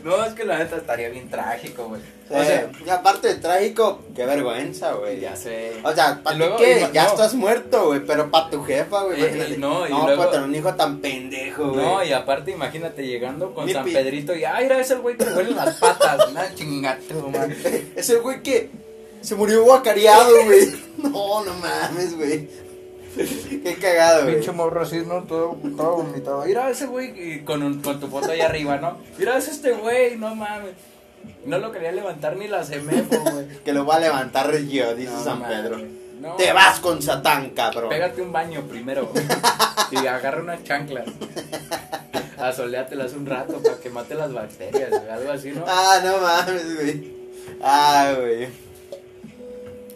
No, es que la neta estaría bien trágico, güey. O
Eh,
sea,
y aparte de trágico, qué vergüenza, güey.
ya sé.
O sea,
Y
¿para
luego,
qué?
y-
Ya
no.
estás muerto, güey, pero para tu jefa, güey.
Eh,
imagínate.
y no, y
no,
luego-
para tener un hijo tan pendejo, güey.
No, y aparte, imagínate llegando con
Mi
San
pi-
Pedrito y, ay, era ese el güey que le huelen las patas. Una chingatu, man.
Es el güey que se murió guacareado, güey. No, no mames, güey. Qué cagado, güey.
Pinche morro así, ¿no? Todo, todo vomitado. Mira ese güey y con, un- con tu foto ahí arriba, ¿no? Mira ese este güey, no mames. No lo quería levantar ni la semefo, güey.
Que lo va a levantar yo, dice
No,
San
mames.
Pedro.
No,
Te vas con Satán, cabrón.
Pégate un baño primero. y agarra unas chanclas. asoleatelas un rato para que mate las bacterias, güey, algo así, ¿no?
Ah, no mames, güey. Ah, güey.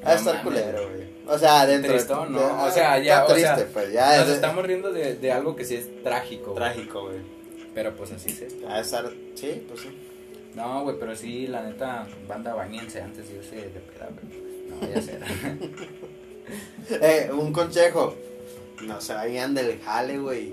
Va a
No
estar
mames,
culero,
güey.
güey. O sea, dentro
Tristón, ¿no?
ah,
O sea, ya,
está
o sea,
triste, pues, ya.
Nos
es-
estamos riendo de, de algo que sí es trágico. güey.
Trágico, güey.
Pero pues así es esto.
Va a estar, sí, pues sí.
No, güey, pero sí, la neta, banda bañense antes de irse de peda, güey. No vaya a ser.
Eh, un consejo. No se vayan del jale, güey.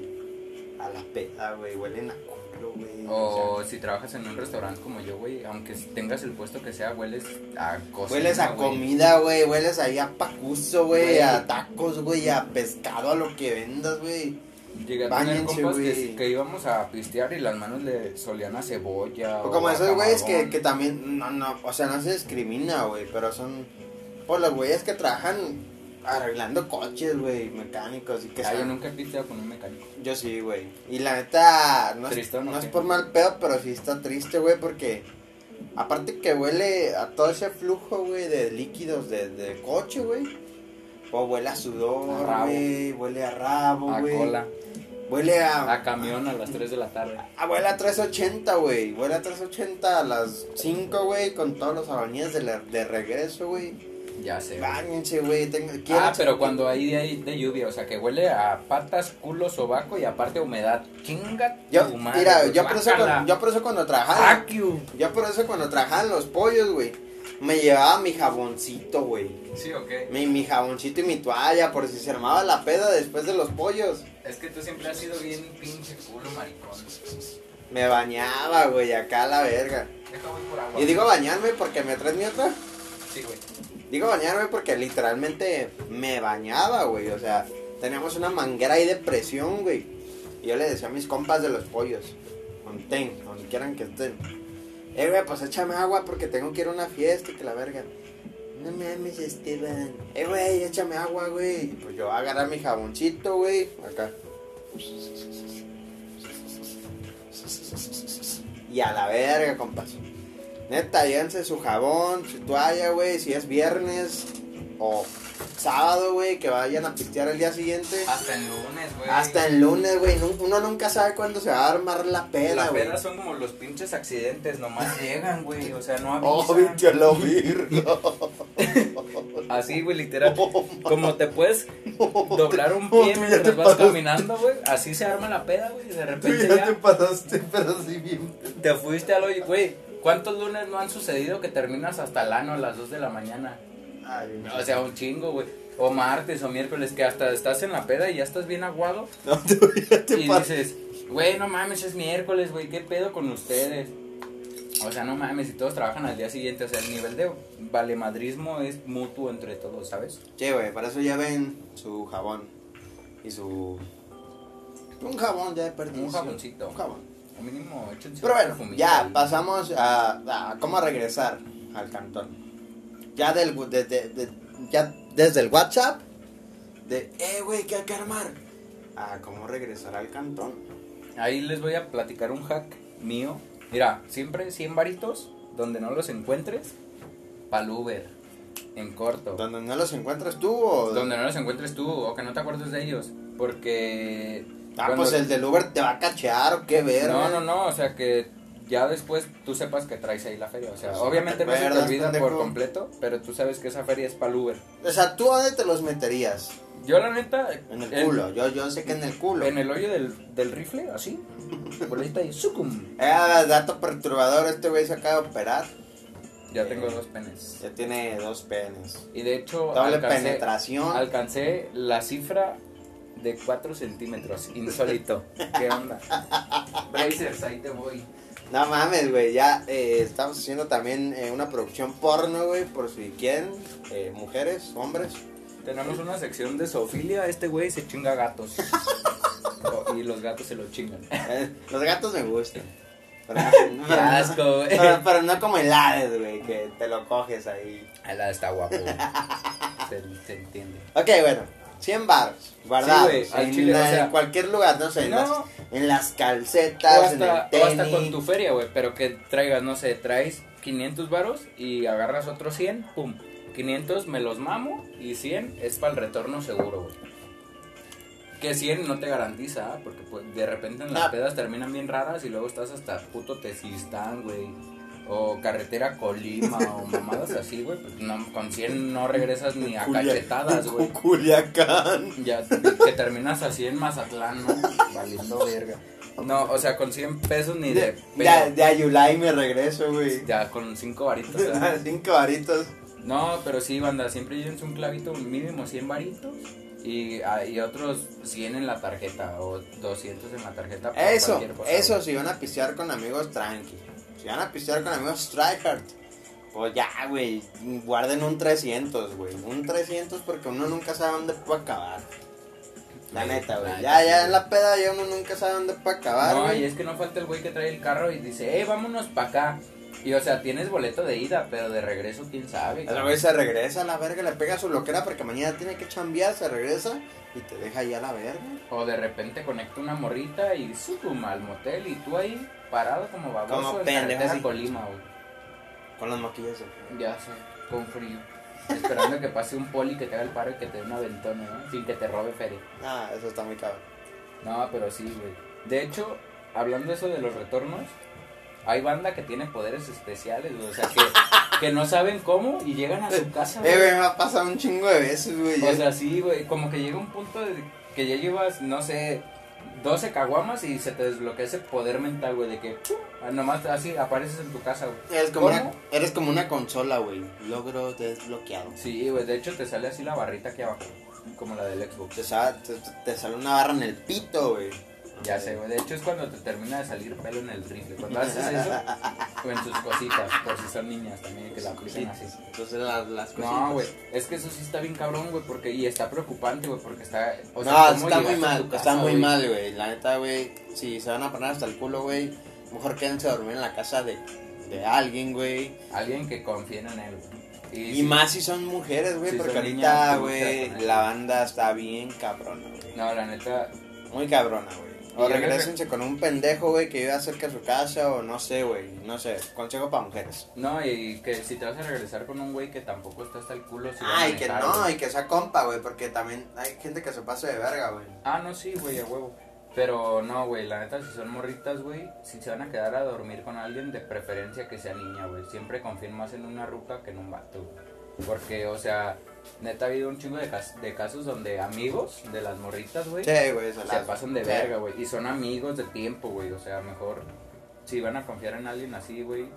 A la peda, güey. Huelen a culo, güey. O
O si trabajas en un restaurante como yo, güey, aunque tengas el puesto que sea, hueles a
sea,
cosas.
hueles a comida, güey. Hueles ahí a pacuso, güey.
Güey.
A tacos, güey. A pescado, a lo que vendas, güey.
Llegué a
Báñense,
tener compas que,
güey.
que íbamos a pistear y las manos le solían a cebolla.
O como
a
esos güeyes que,
camarón.
que también, no, no, o sea, no se discrimina, güey, pero son por los güeyes que trabajan arreglando coches, güey, mecánicos y que
Ah, yo
saben.
nunca he pisteado con un mecánico.
Yo sí, güey. Y la neta, no, es,
Tristón, ¿o
no es
qué?
por mal pedo, pero sí está triste, güey, porque aparte que huele a todo ese flujo, güey, de líquidos de, de coche, güey. O huele a
A rabo.
sudor, güey, huele a rabo,
A
güey. Ah.
cola,
Huele a...
a camión a las 3 de la tarde.
Ah, vuela a 380, güey. Vuela a 380 a las 5, güey, con todos los albañiles de, la- de regreso, güey.
Ya sé. güey.
Báñense, güey. tenga-
Ah,
quiéranse.
pero cuando hay de, de lluvia, o sea, que huele a patas, culo, sobaco y aparte humedad. Chinga
Yo,
tu madre, pues,
mira,
güey,
yo por, eso
guácala.
cuando, yo Ah. por eso cuando trabajaba,
Fuck you.
yo por eso cuando trabajaban los pollos, güey, me llevaba mi jaboncito, güey.
Sí, ok.
Mi, mi jaboncito y mi toalla, por si se armaba la peda después de los pollos.
Es que tú siempre has sido bien pinche culo, maricón.
Me bañaba, güey, acá a la verga.
Deja voy por agua.
Y digo bañarme porque me traes mi otra.
Sí, güey.
Digo bañarme porque literalmente me bañaba, güey. O sea, teníamos una manguera ahí de presión, güey. Y yo le decía a mis compas de los pollos, contén, donde quieran que estén. Eh, güey, pues échame agua porque tengo que ir a una fiesta y que la verga. No mames, Esteban. Eh, güey, échame agua, güey. Y Pues yo voy a agarrar mi jaboncito, güey. Acá. Y a la verga, compas. Neta, llévense su jabón, su toalla, güey. Si es viernes o sábado, güey, que vayan a pistear el día siguiente.
Hasta el lunes, güey.
Hasta el lunes, güey. nu- Uno nunca sabe cuándo se va a armar la peda,
Las
güey.
pedas son como los pinches accidentes, nomás llegan, güey. O sea, no
Oh,
avisan.
viste a la virga.
Así, güey, literal. Como te puedes doblar un
Oh,
pie
tú ya te
mientras vas
pasaste.
caminando, güey. Así se arma la peda, güey. y De
Tú
repente
ya te
ya
pasaste, pero sí bien.
te fuiste al hoyo, güey. ¿Cuántos lunes no han sucedido que terminas hasta el ano a las 2 de la mañana?
Ay,
O sea, un chingo, güey. O martes o miércoles, que hasta estás en la peda y ya estás bien aguado.
no, tú ya te
Y
pasaste.
dices, güey, no mames, es miércoles, güey, ¿qué pedo con ustedes? O sea, no mames, y todos trabajan al día siguiente. O sea, el nivel de valemadrismo es mutuo entre todos, ¿sabes?
Che, güey, para eso ya ven su jabón y su. Un jabón ya de perdición.
Un jaboncito.
Un jabón.
Al mínimo, échense
Pero
un
bueno,
perfumito
ya
ahí.
pasamos a, a cómo regresar al cantón. Ya del gu- de- de- de- ya desde el WhatsApp de eh güey, ¿qué hay que armar? A cómo regresar al cantón.
Ahí les voy a platicar un hack mío. Mira, siempre 100 varitos, donde no los encuentres, pa'l Uber, en corto.
Donde no los encuentras tú o
Donde no los encuentres tú o que no te acuerdes de ellos. Porque.
Ah,
cuando-
pues el del Uber te va a cachear o qué ver.
No, no, no, o sea que ya después tú sepas que traes ahí la feria. O sea,
Pues,
obviamente no se te
¿verdad,
olvida por
pendejo?
completo, pero tú sabes que esa feria es para Uber.
O sea, ¿tú dónde te los meterías?
Yo, la neta.
En el culo. Yo, yo sé que en el culo.
En el hoyo del, del rifle, así. Por ahí está ahí, sucum.
Ah, dato perturbador, este güey se acaba de operar.
Ya tengo dos penes.
Ya tiene dos penes.
Y de hecho,
Doble
alcancé,
penetración.
alcancé la cifra de 4 centímetros. Insólito. ¿Qué onda? Brazers, ahí te voy.
No mames, güey, ya eh, estamos haciendo también eh, una producción porno, güey, por si quieren, eh, mujeres, hombres.
Tenemos una sección de zoofilia. Este güey se chinga gatos. O- y los gatos se lo chingan.
Eh, Los gatos me gustan. Pero,
Qué asco, güey.
pero- pero no como el Hades, güey, que te lo coges ahí.
Ala, Ah, está guapo. güey. Se, se entiende.
Ok, bueno, 100 baros guardados
Sí, güey, al
en,
chile,
la-
o sea,
en cualquier lugar, no sé, en,
no.
las, en las
O
calcetas,
hasta,
en
o
el
hasta con
tenis.
tu feria, güey. Pero que traigas, no sé, traes 500 varos y agarras otros 100, pum. 500 me los mamo y 100 es para el retorno seguro, güey. Que 100 no te garantiza, ¿ah? porque pues, de repente en las
Ah.
pedas terminan bien raras y luego estás hasta puto Tezistán, güey. O carretera Colima o mamadas así, güey. Pues no, con 100 no regresas ni a
Culia-
cachetadas, güey.
Culiacán.
Ya que terminas así en Mazatlán, ¿no? Valiendo verga. No, o sea, con 100 pesos ni
De,
de pedo.
de, de Ayulay me regreso, güey.
Ya, con 5 varitos. ¿verdad?
Cinco varitos.
No, pero sí, banda, siempre llévense un clavito mínimo 100 varitos y, ah, y otros 100 en la tarjeta o 200 en la tarjeta. para
Eso,
cualquier cosa,
eso,
güey.
si van a pistear con amigos, tranqui. Si van a pistear con amigos, tryhard. Pues ya, güey, guarden un 300, güey. Un 300 porque uno nunca sabe dónde puede acabar. La
Sí,
neta,
la
güey.
neta,
Ya,
sí,
ya
güey.
en la peda ya uno nunca sabe dónde puede acabar,
No,
güey.
y es que no falta el güey que trae el carro y dice, eh, vámonos para acá. Y o sea, tienes boleto de ida, pero de regreso, quién sabe.
El güey se regresa a la verga, le pega su loquera porque mañana tiene que chambear, se regresa y te deja ya la verga.
O de repente conecta una morrita y suma al motel y tú ahí parado como baboso
Como
en
pendejo,
carretera
así.
Colima, güey.
Con los moquillos. de-
Ya sé, con frío. Esperando que pase un poli que te haga el paro y que te dé una ventona, ¿no? Sin que te robe feria.
Ah, eso está muy cabrón.
No, pero sí, güey. De hecho, hablando eso de los retornos, hay banda que tiene poderes especiales, güey. O sea, que, que no saben cómo y llegan a su casa,
Eh,
güey.
güey, me ha pasado un chingo de veces, güey.
O sea, sí, güey. Como que llega un punto de que ya llevas, no sé, 12 caguamas y se te desbloquea ese poder mental, güey. De que ¡pum! Ah, nomás así apareces en tu casa, güey.
Eres como,
¿Cómo?
una, eres como una consola, güey. Logro desbloqueado.
Sí, güey. De hecho, te sale así la barrita aquí abajo, como la del Xbox.
Te, sa- te- te- te sale una barra en el pito, güey.
Ya sé, güey. De hecho, es cuando te termina de salir pelo en el rifle. Cuando haces eso, o en sus cositas, por si son niñas también, que la apliquen así.
Entonces las, las cositas.
No, güey. Es que eso sí está bien cabrón, güey. Porque, y está preocupante, güey. Porque está. O
no, está
¿cómo
muy
llegaste a tu
mal,
casa,
está muy
güey?
mal, güey. La neta, güey, si se van a poner hasta el culo, güey, mejor quédense a dormir en la casa de, de alguien, güey.
Alguien que confíe en él, güey.
Y
sí,
más si son mujeres, güey,
Sí,
porque
son
ahorita,
niñas, te
güey,
gusta, ¿no?
la banda está bien cabrona, güey.
No, la neta.
Muy cabrona, güey.
Y
O
a mí me-
regresense con un pendejo, güey, que viva cerca de su casa, o no sé, güey. No sé, consejo para mujeres.
No, y que si te vas a regresar con un güey que tampoco está hasta el culo. Si va a
Ay, que
manejar,
no,
güey.
y que sea compa, güey, porque también hay gente que se pasa de verga, güey.
Ah, no, sí, güey, a huevo. Pero no, güey, la neta, si son morritas, güey, si se van a quedar a dormir con alguien, de preferencia que sea niña, güey. Siempre confíen más en una ruca que en un vato. güey. Porque, o sea, neta ha habido un chingo de, cas- de casos donde amigos de las morritas, güey,
Sí, güey, se
se
la-
pasan de
sí.
verga, güey. Y son amigos de tiempo, güey. O sea, mejor, si van a confiar en alguien así, güey.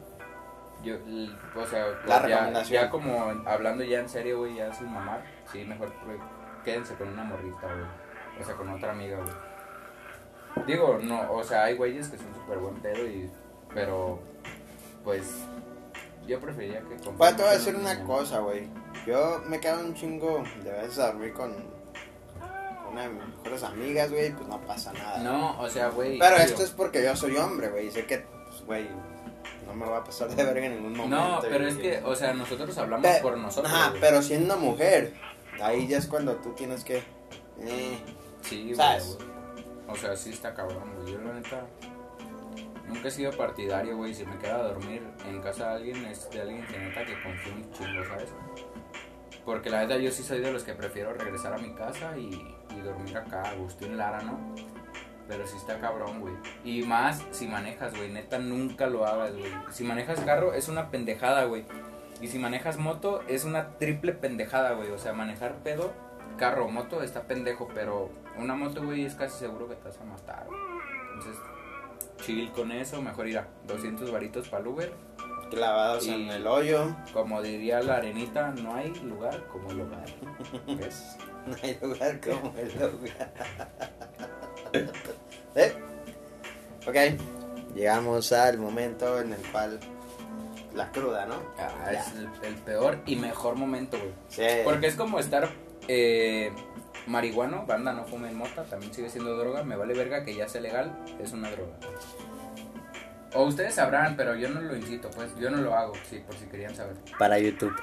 Yo, l- o sea, pues
La
ya-
recomendación.
ya como hablando ya en serio, güey, ya sin mamar, sí, mejor güey, quédense con una morrita, güey. O sea, con otra amiga, güey. Digo, no, o sea, hay güeyes que son súper buen pedo y. Pero, pues. Yo preferiría que.
Pues
confiaran
te voy a
en
decir una
niña.
cosa, güey. Yo me quedo un chingo de veces a dormir con con una de mis mejores amigas, güey, pues no pasa nada.
No, o sea, güey.
Pero
digo,
esto es porque yo soy hombre, güey, y sé que, pues, güey, no me va a pasar de verga en ningún momento.
No, pero
güey.
es que, o sea, nosotros hablamos
Pe-
por nosotros.
Ajá,
güey.
pero siendo mujer, ahí ya es cuando tú tienes que... eh,
Sí, güey,
¿Sabes?
güey. O sea, sí está cabrón, güey. Yo la neta nunca he sido partidario, güey. Si me queda a dormir en casa de alguien, es de alguien que neta que confío un chingo, ¿sabes? Porque la neta yo sí soy de los que prefiero regresar a mi casa y, y dormir acá, Agustín Lara, ¿no? Pero sí está cabrón, güey. Y más si manejas, güey. Neta, nunca lo hagas, güey. Si manejas carro, es una pendejada, güey. Y si manejas moto, es una triple pendejada, güey. O sea, manejar pedo, carro, moto, está pendejo. Pero una moto, güey, es casi seguro que te vas a matar, güey. Entonces, chill con eso. Mejor ir a 200 varitos para el Uber.
clavados
Y-
en el hoyo,
Como diría la arenita, no hay lugar como el hogar. ¿Ves?
no hay lugar como el lugar. ¿Eh? Ok, llegamos al momento en el cual la cruda, ¿no?
Ah, es el, el peor y mejor momento, güey.
Sí.
Porque es como estar eh, marihuano, banda no fumen mota, también sigue siendo droga, me vale verga que ya sea legal, es una droga. O ustedes sabrán, pero yo no lo incito, pues yo no lo hago, sí, por si querían saber.
Para YouTube.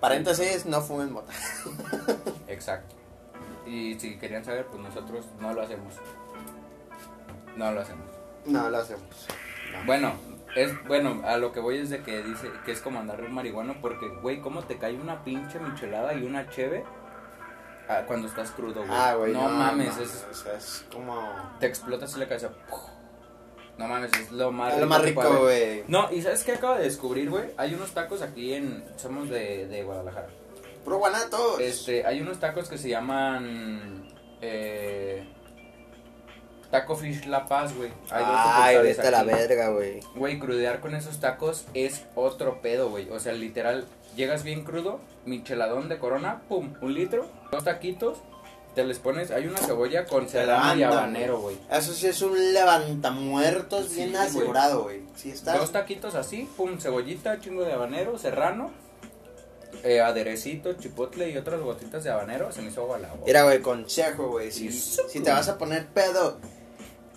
Paréntesis, no fumen mota.
Exacto. Y si querían saber, pues nosotros no lo hacemos. No lo hacemos.
No lo hacemos.
Bueno, es bueno, a lo que voy es de que dice que es como andar un marihuano porque güey, cómo te cae una pinche michelada y una cheve ah, cuando estás crudo, güey.
Ah, güey.
No, mames, es-
o sea, es como.
te explota así la cabeza. No mames, es lo más
Es lo más
que
rico,
puede haber.
güey.
No, y ¿sabes qué acabo de descubrir, güey? Hay unos tacos aquí en... Somos de, de Guadalajara.
Puro guanatos.
Este, hay unos tacos que se llaman... eh, Taco Fish La Paz, güey. Hay dos
Ay,
sucursales
vete a la
aquí.
verga, güey.
Güey, crudear con esos tacos es otro pedo, güey. O sea, literal, llegas bien crudo, micheladón de corona, pum, un litro, dos taquitos, te les pones, hay una cebolla con serrano y
levantan,
habanero, güey.
Eso sí es un levantamuertos
Sí,
bien
güey.
asegurado, güey. Sí, está.
Dos taquitos así, pum, cebollita, chingo de habanero, serrano, eh, aderecito, chipotle y otras gotitas de habanero, se me hizo agua la boca.
Mira, güey, consejo, güey. Si,
Sí,
si te vas a poner pedo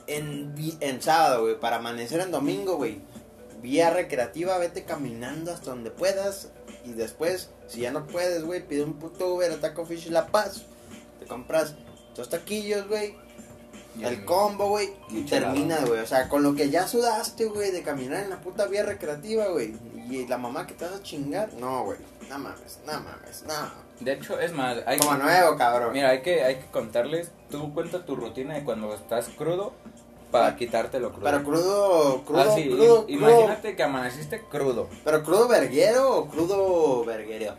en, vi- en sábado, güey, para amanecer en domingo, güey, vía recreativa, vete caminando hasta donde puedas. Y después, si ya no puedes, güey, pide un puto Uber a Taco Fish La Paz. Te compras dos taquillos, güey,
Y
el combo, güey, y
Michelada.
termina, güey. O sea, con lo que ya sudaste, güey, de caminar en la puta vía recreativa, güey. Y la mamá que te vas a chingar. No, güey, no mames, no mames, no.
De hecho, es más, hay
Como nuevo, cabrón.
Mira, hay que, hay que contarles, tú cuenta tu rutina de cuando estás crudo para quitarte lo crudo.
Pero Ah, crudo, crudo,
Ah, sí,
crudo,
im-
crudo.
Imagínate que amaneciste crudo.
Pero crudo verguero o crudo verguero.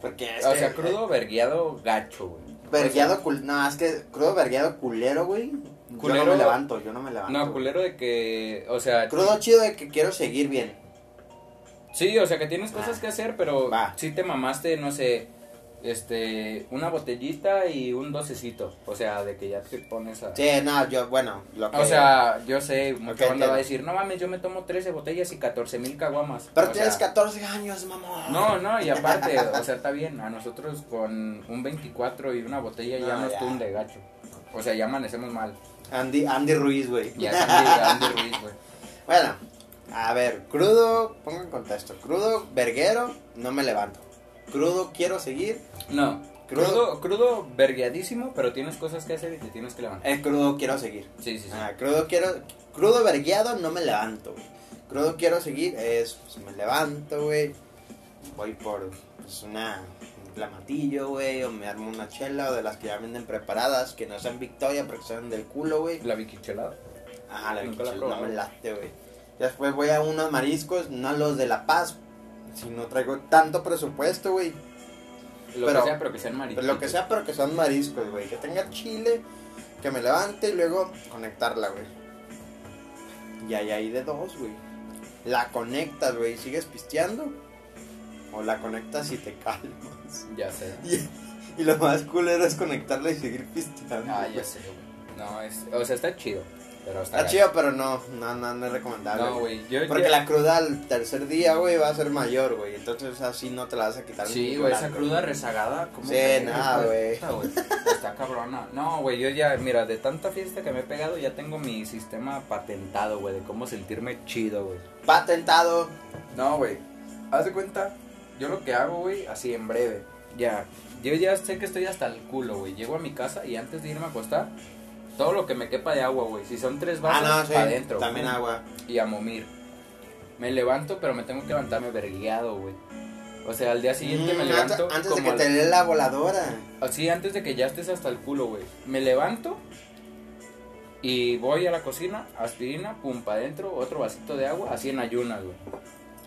Porque
O sea,
eh,
crudo, vergueado, gacho, güey.
Vergueado, cul- no, es que crudo vergueado culero, güey. Yo no
Culero-
me levanto, yo no me levanto.
No,
güey.
culero de que, o sea...
Crudo chido de que quiero seguir bien.
Sí, o sea, que tienes cosas que hacer, pero
Ah. Va.
sí te mamaste, no sé, este, una botellita y un docecito. O sea, de que ya te pones a...
Sí, no, yo, bueno, lo que...
O sea, yo sé, mucha
Ok,
banda
entiendo.
va a decir, no mames, yo me tomo 13 botellas y 14 mil caguamas.
Pero
O
tienes
sea,
14 años, mamón.
No, no, y aparte, o sea, está bien, a nosotros con un 24 y una botella ya
No,
nos
ya.
tunde, gacho. O sea, ya amanecemos mal.
Andy, Andy Ruiz, güey.
Ya es Andy, Andy Ruiz, güey.
Bueno, a ver, crudo, pongo en contexto. Crudo verguero, no me levanto. Crudo quiero seguir.
No,
Crudo.
crudo, crudo vergueadísimo, pero tienes cosas que hacer y te tienes que levantar.
El Eh, crudo quiero seguir.
Sí, sí, sí.
Ah, crudo quiero. Crudo vergueado no me levanto, güey. Crudo quiero seguir es. pues, me levanto, güey. Voy por pues, una. Un clamatillo, güey. O me armo una chela. O de las que ya venden preparadas. Que no sean Victoria porque son del culo, güey.
La biquichelada.
Ajá, la
Nunca la he
bichel- no
probado.
me late, güey. Después voy a unos mariscos. No los de La Paz. Si no traigo tanto presupuesto, güey.
Lo
Pero-
que sea, pero que sean mariquitos.
Pues lo que sea, pero que sean mariscos, güey. Que tenga chile, que me levante y luego conectarla, güey. Y ahí hay de dos, güey. La conectas, güey. ¿Sigues pisteando? O la conectas y te calmas.
Ya sé.
Y, y lo más culero es conectarla y seguir pisteando.
Ah,
güey.
ya sé, güey. No, es, o sea, está chido, pero está...
Está chido, pero no, no, no, no es recomendable.
No, güey, yo...
Porque
yo-
la cruda al tercer día, güey, va a ser mayor, güey. Entonces así no te la vas a quitar.
Sí,
ni
güey, esa
llorando.
cruda rezagada. ¿cómo
Sí,
que-
nada, güey.
Puta, Está cabrona. No, güey, yo ya, mira, de tanta fiesta que me he pegado, ya tengo mi sistema patentado, güey, de cómo sentirme chido, güey.
Patentado.
No, güey. Haz de cuenta, yo lo que hago, güey, así en breve. Ya, yo ya sé que estoy hasta el culo, güey. Llego a mi casa y antes de irme a acostar, todo lo que me quepa de agua, güey. Si son tres
Ah,
vasos,
no, sí.
pa' adentro.
También
güey.
agua.
Y a momir. Me levanto, pero me tengo que levantarme vergueado, güey. O sea, al día siguiente me
Mm,
levanto.
Antes, antes de
como
que
a
te dé la voladora.
Así, antes de que ya estés hasta el culo, güey. Me levanto y voy a la cocina, aspirina, pum, pa' adentro, otro vasito de agua, así en ayunas, güey.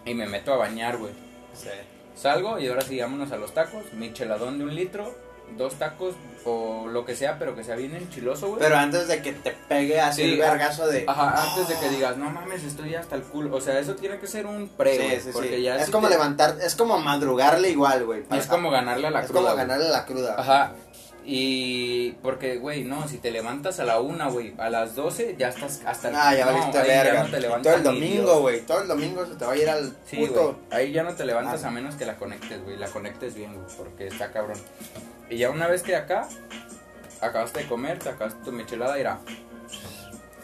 Y me meto a bañar, güey.
Sí.
Salgo y ahora sí, vámonos a los tacos. Mi cheladón de un litro, dos tacos o lo que sea, pero que sea bien enchiloso, güey.
Pero antes de que te pegue así
Sí, ah,
el vergazo de.
Ajá, antes de que digas, no mames, estoy hasta el culo. O sea, eso tiene que ser un pre,
Sí,
güey,
sí, sí.
porque ya
es
si
como
te-
levantar, es como madrugarle igual, güey.
Es como ganarle a la
es
cruda,
como
güey.
ganarle la cruda.
Ajá. Y porque, güey, no, si te levantas a la una, güey, a las 12 ya estás hasta el
Ah, ya
no,
valiste
ahí
verga.
Ya no te
Y
levantas
todo el
ni
domingo,
Dios.
güey. Todo el domingo se te va a ir al
Sí, güey.
puto.
Ahí ya no te levantas
Ah.
a menos que la conectes, güey. La conectes bien, güey, porque está cabrón. Y ya una vez que acá acabaste de comer, te acabaste tu michelada, irá.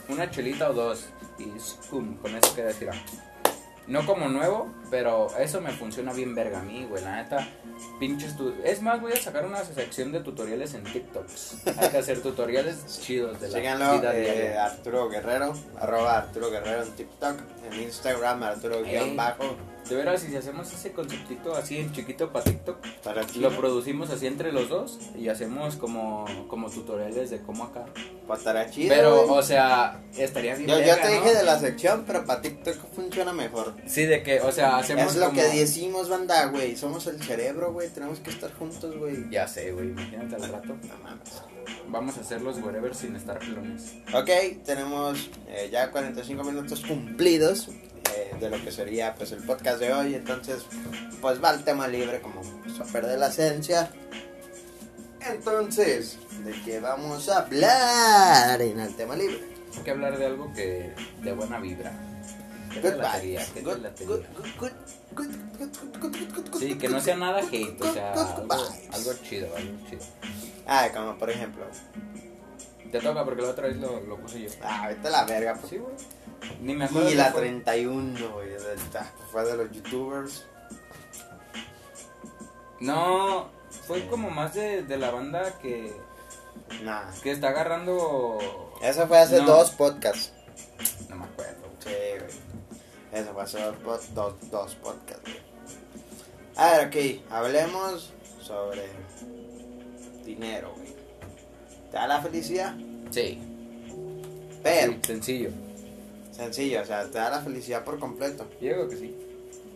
Una chelita o dos. Y pum, con eso queda irá. No como nuevo, pero eso me funciona bien verga a mí, güey. La neta, pinches tu... Es más, voy a sacar una sección de tutoriales en TikToks. Hay que hacer tutoriales chidos de la
Síganlo,
vida
eh,
diaria.
Arturo Guerrero, arroba Arturo Guerrero en TikTok, en Instagram, Arturo
Ey.
guión bajo,
De veras, si hacemos ese conceptito así en chiquito para TikTok,
Para ti,
lo producimos así entre los dos y hacemos como, como tutoriales de cómo acá.
para estar chido,
Pero,
güey.
o sea, estaría bien.
yo, yo
verga,
te
¿no?
dije de la sección, pero para TikTok funciona mejor.
Sí, de que, o sea, hacemos
Es lo
como-
que decimos, banda, güey. Somos el cerebro, güey. Tenemos que estar juntos, güey.
Ya sé, güey, imagínate al rato.
No mames.
Vamos a hacer los wherever sin estar pelones.
Ok, tenemos eh, ya 45 minutos cumplidos eh, de lo que sería pues el podcast de hoy. Entonces, pues va el tema libre como pues, a perder la esencia. Entonces, ¿de qué vamos a hablar en el tema libre?
Hay que hablar de algo que de buena vibra. ¿Qué
Good
te latería?
vibes.
¿Qué te
Good-
latería?
good- good- good- good- good- good- good- good-
Sí, que no sea nada hate, o sea,
good- good
algo,
vibes.
algo chido, algo chido.
Ah, como por ejemplo.
Te toca porque la otra vez lo, lo puse yo.
Ah, vete a la verga. pues.
Sí, güey. Ni me acuerdo.
Y
qué
la
fue.
31, güey. de- ta, Fue de los youtubers.
No, fue como más de, de la banda que,
Nah.
que está agarrando.
Eso fue hace
No.
dos podcasts.
No me acuerdo. güey.
Sí, güey. Eso fue hace dos, pod- dos, dos podcasts, güey. A ver, ok. Hablemos sobre dinero, güey. Te da la felicidad,
Sí,
pero
sí, sencillo.
sencillo, o sea, te da la felicidad por completo.
Yo digo que sí.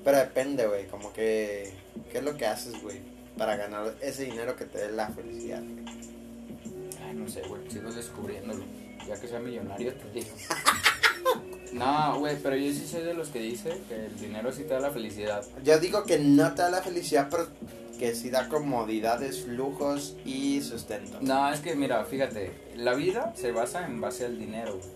Pero depende, güey, como que. ¿Qué es lo que haces, güey? Para ganar ese dinero que te dé la felicidad. güey?
Ay, no sé, güey, sigo descubriéndolo. Ya que sea millonario, te digo. No, güey, pero yo sí soy de los que dice que el dinero sí te da la felicidad.
Yo digo que no te da la felicidad, pero que sí da comodidades, lujos y sustento.
No, es que mira, fíjate, la vida se basa en base al dinero, güey.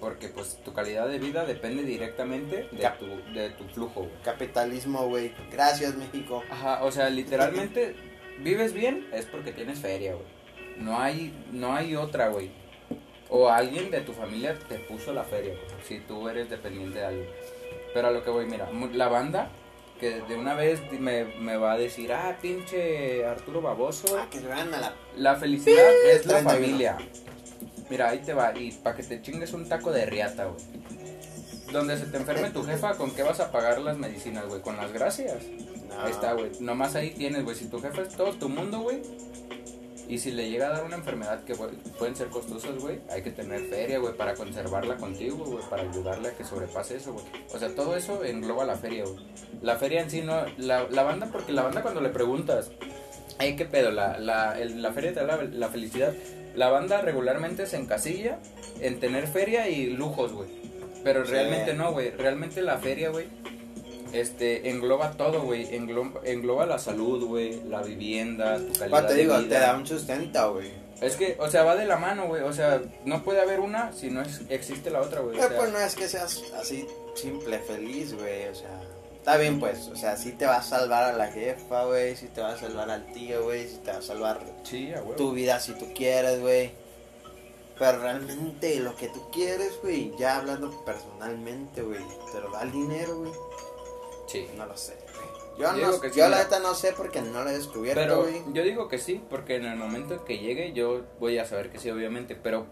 Porque pues tu calidad de vida depende directamente de
Cap.
tu, de tu flujo, güey.
Capitalismo, güey. Gracias, México.
Ajá, o sea, literalmente vives bien es porque tienes feria, güey. No hay, no hay otra, güey. O alguien de tu familia te puso la feria, güey, si tú eres dependiente de alguien. Pero a lo que voy, mira, mu- la banda que de una vez di- me, me va a decir, ah, pinche Arturo Baboso,
Ah, que se vean a la
la felicidad es la
31.
familia. Mira, ahí te va. Y para que te chingues un taco de riata, güey. Donde se te enferme tu jefa, ¿con qué vas a pagar las medicinas, güey? Con las gracias.
No.
Ahí está, güey. Nomás ahí tienes, güey. Si tu jefa es todo tu mundo, güey. Y si le llega a dar una enfermedad que güey, pueden ser costosas, güey, hay que tener feria, güey, para conservarla contigo, güey, para ayudarle a que sobrepase eso, güey. O sea, todo eso engloba la feria, güey. La feria en sí no, la, la banda, porque la banda cuando le preguntas, ay, qué pedo, la, la, el- la feria te da la, la felicidad. La banda regularmente se encasilla en tener feria y lujos, güey. Pero
Sí.
realmente no, güey. Realmente la feria, güey, este, engloba todo, güey. Englo- Engloba, la salud, güey, la vivienda, tu calidad
Bueno, Ah, te
de
digo,
vida.
te da un sustento, güey.
Es que, o sea, va de la mano, güey. O sea, no puede haber una si no es- existe la otra, güey. O
Pero
sea,
pues no es que seas así simple, feliz, güey. O sea, está bien, pues. O sea, sí te va a salvar a la jefa, güey. Sí te va a salvar al tío, güey. Sí te va a salvar
sí, a huevo.
tu vida si tú quieres, güey. Pero realmente lo que tú quieres, güey, ya hablando personalmente, güey, te lo da el dinero, güey.
Sí.
No lo sé, güey. Yo,
Yo
no,
digo que sí,
yo la
mira.
neta no sé porque no lo he descubierto,
Pero
güey.
yo digo que sí, porque en el momento que llegue yo voy a saber que sí, obviamente. Pero,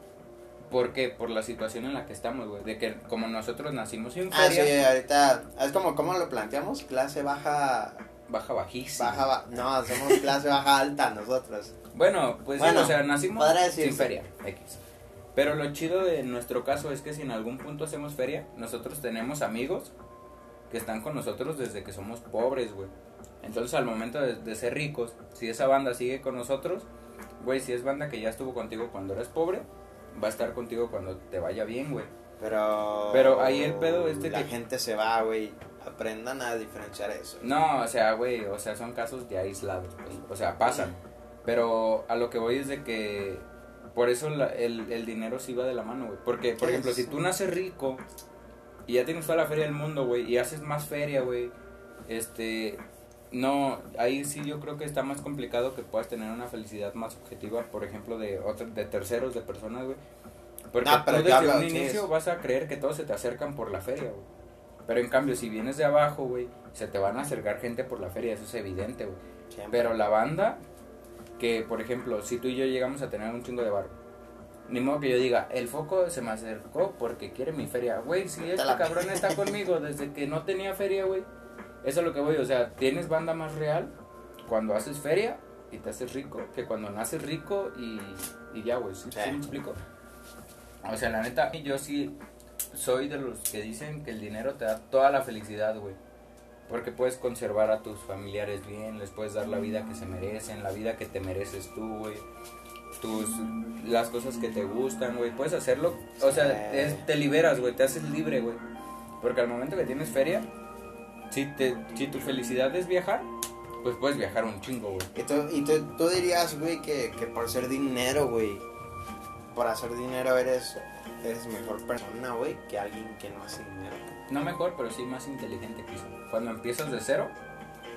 ¿por qué? Por la situación en la que estamos, güey. De que como nosotros nacimos sin
Ah, sí,
feria,
ahorita. Es como, ¿cómo lo planteamos? Clase baja.
baja bajísima.
Baja, ba- no, somos clase baja alta nosotros.
Bueno, pues sí,
Bueno,
o sea, nacimos
podrá decirse.
sin feria, X. Pero lo chido de nuestro caso es que si en algún punto hacemos feria, nosotros tenemos amigos que están con nosotros desde que somos pobres, güey. Entonces, al momento de, de ser ricos, si esa banda sigue con nosotros, güey, si es banda que ya estuvo contigo cuando eras pobre, va a estar contigo cuando te vaya bien, güey.
Pero.
Pero ahí el pedo este
La
que-
gente se va, güey. Aprendan a diferenciar eso.
No, o sea, güey, o sea, son casos de aislados, güey. O sea, pasan. Pero a lo que voy es de que por eso la- el, el dinero sí va de la mano, güey. Porque, por
Sí,
ejemplo,
sí,
si
sí.
tú naces rico y ya tienes toda la feria del mundo, güey, y haces más feria, güey, este, no, ahí sí yo creo que está más complicado que puedas tener una felicidad más objetiva, por ejemplo, de otros, de terceros, de personas, güey. Porque
No, pero yo
tú desde
hablo,
un
sí,
inicio
es-
vas a creer que todos se te acercan por la feria, güey. Pero en cambio, si vienes de abajo, güey, se te van a acercar gente por la feria, eso es evidente, güey.
Siempre.
Pero la banda, que por ejemplo, si tú y yo llegamos a tener un chingo de barro, ni modo que yo diga, el foco se me acercó porque quiere mi feria. Güey, si este
la-
cabrón está conmigo desde que no tenía feria, güey, Eso es lo que voy, o sea, tienes banda más real cuando haces feria y te haces rico que cuando naces rico y, y ya, güey. ¿sí?
Sí.
¿Sí me explico? O sea, la neta, yo sí soy de los que dicen que el dinero te da toda la felicidad, güey. Porque puedes conservar a tus familiares bien, les puedes dar la vida que se merecen, la vida que te mereces tú, güey. Tus, las cosas que te gustan, güey. Puedes hacerlo, o sea,
Sí.
es- te liberas, güey, te haces libre, güey. Porque al momento que tienes feria, si, te, si tu felicidad es viajar, pues puedes viajar un chingo, güey.
Y tú, y tú- tú dirías, güey, que, que por ser dinero, güey, por hacer dinero eres, eres mejor persona, güey, que alguien que no hace dinero.
No mejor, pero sí más inteligente quizá. Cuando empiezas de cero,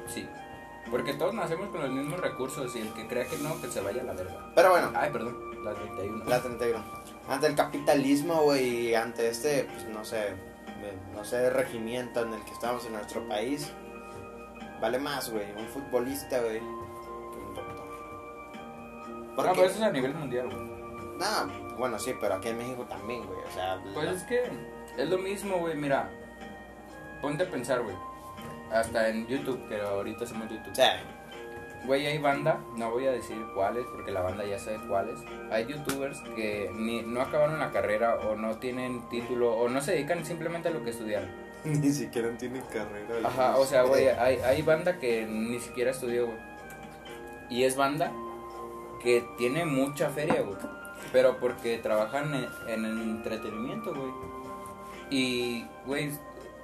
sí. Porque todos nacemos con los mismos recursos y el que crea que no, que se vaya a la verga.
Pero bueno,
Ay, perdón, las 31.
La 31. Ante el capitalismo, güey, y ante este, pues no sé, eh, no sé, regimiento en el que estamos en nuestro país, vale más, güey, un futbolista, güey, que un doctor.
Ah,
Porque,
pero eso es a nivel mundial, güey.
no, bueno, sí, pero aquí en México también, güey, o sea, la-
Pues es que es lo mismo, güey, mira. Ponte a pensar, güey. Hasta en YouTube, que ahorita hacemos YouTube.
o sea,
Güey, hay banda, no voy a decir cuáles, porque la banda ya sabe cuáles. Hay youtubers que ni, no acabaron la carrera o no tienen título o no se dedican simplemente a lo que estudiaron.
ni siquiera tiene carrera.
Ajá, o sea, güey, hay, hay banda que ni siquiera estudió, güey. Y es banda que tiene mucha feria, güey. Pero porque trabajan en, en el entretenimiento, güey. Y, güey,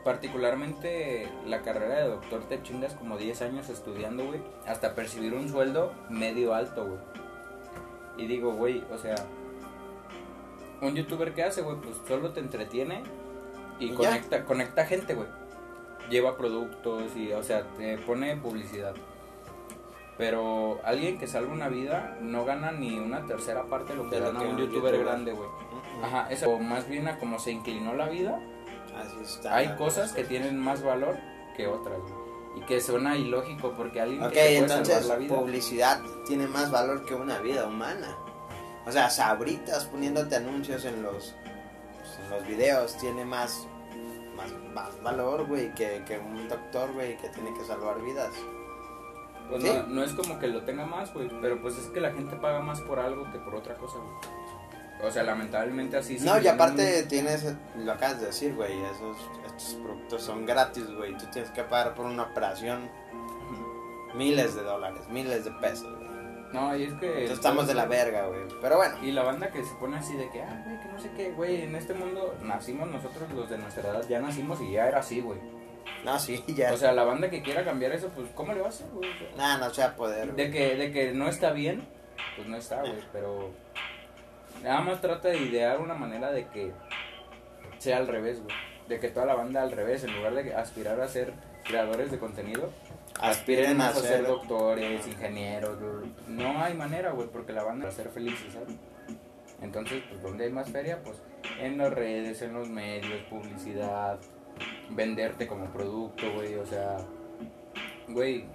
particularmente la carrera de doctor te chingas como 10 años estudiando, güey. Hasta percibir un sueldo medio alto, güey. Y digo, güey, o sea, un youtuber que hace, güey, pues solo te entretiene y,
Y ya.
conecta, conecta gente, güey. Lleva productos y, o sea, te pone publicidad. Pero alguien que salva una vida no gana ni una tercera parte de lo que
De lo
gana
que
un
un
youtuber,
youtuber.
grande, güey.
Ajá.
Ajá, eso, o más bien a como se inclinó la vida,
Así está.
hay cosas que tienen más valor que otras, güey. Y que suena ilógico porque alguien
Ok,
que te puede
entonces
salvar la vida.
publicidad tiene más valor que una vida humana. O sea, sabritas poniéndote anuncios en los, pues, en los videos tiene más, más, más valor, güey, que, que un doctor, güey, que tiene que salvar vidas.
Pues
¿Sí?
no, no es como que lo tenga más, güey. Pero pues es que la gente paga más por algo que por otra cosa, güey. O sea, lamentablemente así
no, y
sigue
aparte tienes, lo acabas de decir, güey, esos, estos productos son gratis, güey. Tú tienes que pagar por una operación
siendo-
miles de dólares, miles de pesos, güey.
No, y es que. pues,
Entonces pues, estamos de la verga, güey. Pero bueno,
Y la banda que se pone así de que, ah, güey, que no sé qué, güey, en este mundo nacimos nosotros los de nuestra edad, ya nacimos y ya era así, güey.
no, sí, ya.
O sea, la banda que quiera cambiar eso, pues, ¿cómo le va a hacer, güey? O sea,
Nah, no se va a poder. güey.
De que, de que no está bien, pues no está, güey, pero nada más trata de idear una manera de que sea al revés, güey. De que toda la banda al revés, en lugar de aspirar a ser creadores de contenido,
Aspiren a
más a ser
ser
doctores, ingenieros, güey. no hay manera, güey, porque la banda va a ser feliz, ¿sabes? Entonces, pues, ¿dónde hay más feria? Pues en las redes, en los medios, publicidad, venderte como producto, güey, o sea, güey,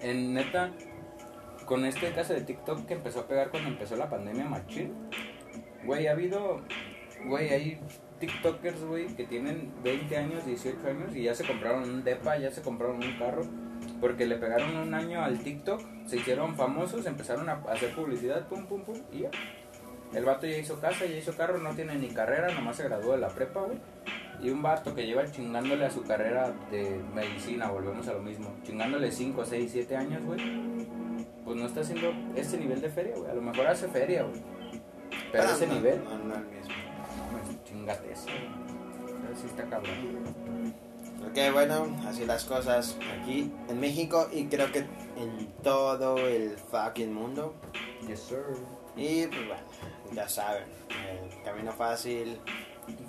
en neta, con este caso de TikTok que empezó a pegar cuando empezó la pandemia machín, güey, ha habido, güey, hay TikTokers, güey, que tienen 20 años, 18 años y ya se compraron un depa, ya se compraron un carro, porque le pegaron un año al TikTok, se hicieron famosos, empezaron a hacer publicidad, pum, pum, pum, y ya. El vato ya hizo casa, ya hizo carro, no tiene ni carrera, nomás se graduó de la prepa, güey. Y un vato que lleva chingándole a su carrera de medicina, volvemos a lo mismo, chingándole 5, 6, 7 años, güey. Pues no está haciendo este nivel de feria, güey. A lo mejor hace feria, güey. Pero ese
Ah, no,
nivel,
No, no el mismo.
no, chingate eso. Así está cabrón.
Ok, bueno, así las cosas aquí en México y creo que en todo el fucking mundo.
Yes, sir.
Y pues bueno, ya saben, el camino fácil.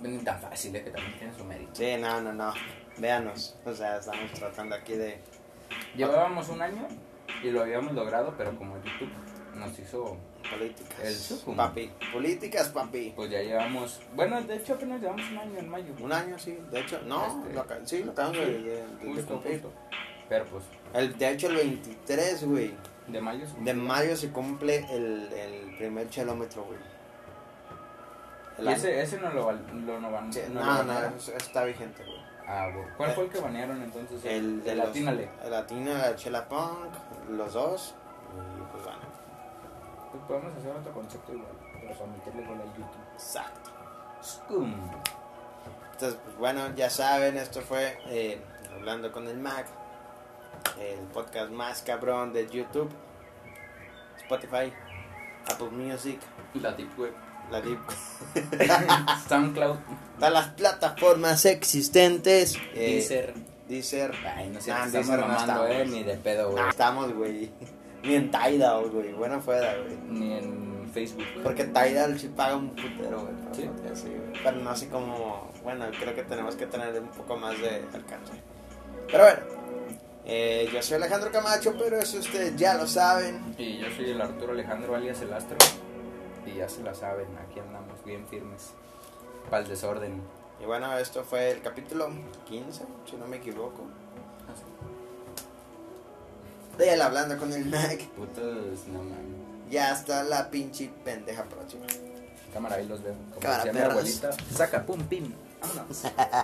Ni tan fácil, es que también tiene su mérito.
Sí, no, no, no. Véanos. O sea, estamos tratando aquí de.
Llevábamos un año y lo habíamos logrado, pero como YouTube nos hizo.
Políticas.
El suco.
Papi. Políticas, papi.
Pues ya llevamos. Bueno, de hecho apenas llevamos un año en mayo.
Un año, sí. De hecho, no.
Este.
lo aca- sí, lo acabamos de, de- de
Justo,
cumplir.
justo. Pero pues,
El, de hecho, el 23, güey.
de mayo es
De mayo se cumple el, el primer chelómetro, güey. El
Y
año.
ese, ese no lo, val- lo no van.
Sí,
no lo
no,
van
no,
a-
eso- eso está vigente, güey.
Ah, Ah, güey. ¿Cuál fue el que banearon entonces?
El de
de
los-
Latínale.
Latina, Chela Punk, los dos. Y pues bueno,
Pues podemos hacer otro concepto igual, pero para meterle gol a YouTube.
exacto.
Scum.
Entonces, pues bueno, ya saben, esto fue eh, Hablando con el Mac, el podcast más cabrón de YouTube, Spotify, Apple Music,
La Deep Web.
la Deep
SoundCloud.
Todas las plataformas existentes. eh,
Deezer.
Deezer.
Ay, no sé,
Nah,
estamos
Deezer Ah, no
mamando,
estamos. Ah.
eh, ni de pedo, güey.
No estamos, güey. Ni en Tidal, güey. Buena fuera, güey.
Ni en Facebook. güey.
Porque Tidal sí paga un putero, güey. por
¿Sí?
podcast, sí, güey. Pero no sé cómo. Bueno, creo que tenemos que tener un poco más de alcance. Pero bueno. eh, yo soy Alejandro Camacho, pero eso ustedes ya lo saben.
Y yo soy el Arturo Alejandro alias el Astro. Y ya se la saben, aquí andamos bien firmes. Para el desorden.
Y bueno, esto fue el capítulo 15, si no me equivoco. De él hablando con el Mac.
Putos, no mames.
Y hasta la pinche pendeja próxima.
Cámara, ahí los veo. Como
Cámara,
decía mi
perros.
abuelita. Saca, pum, pim. Vámonos.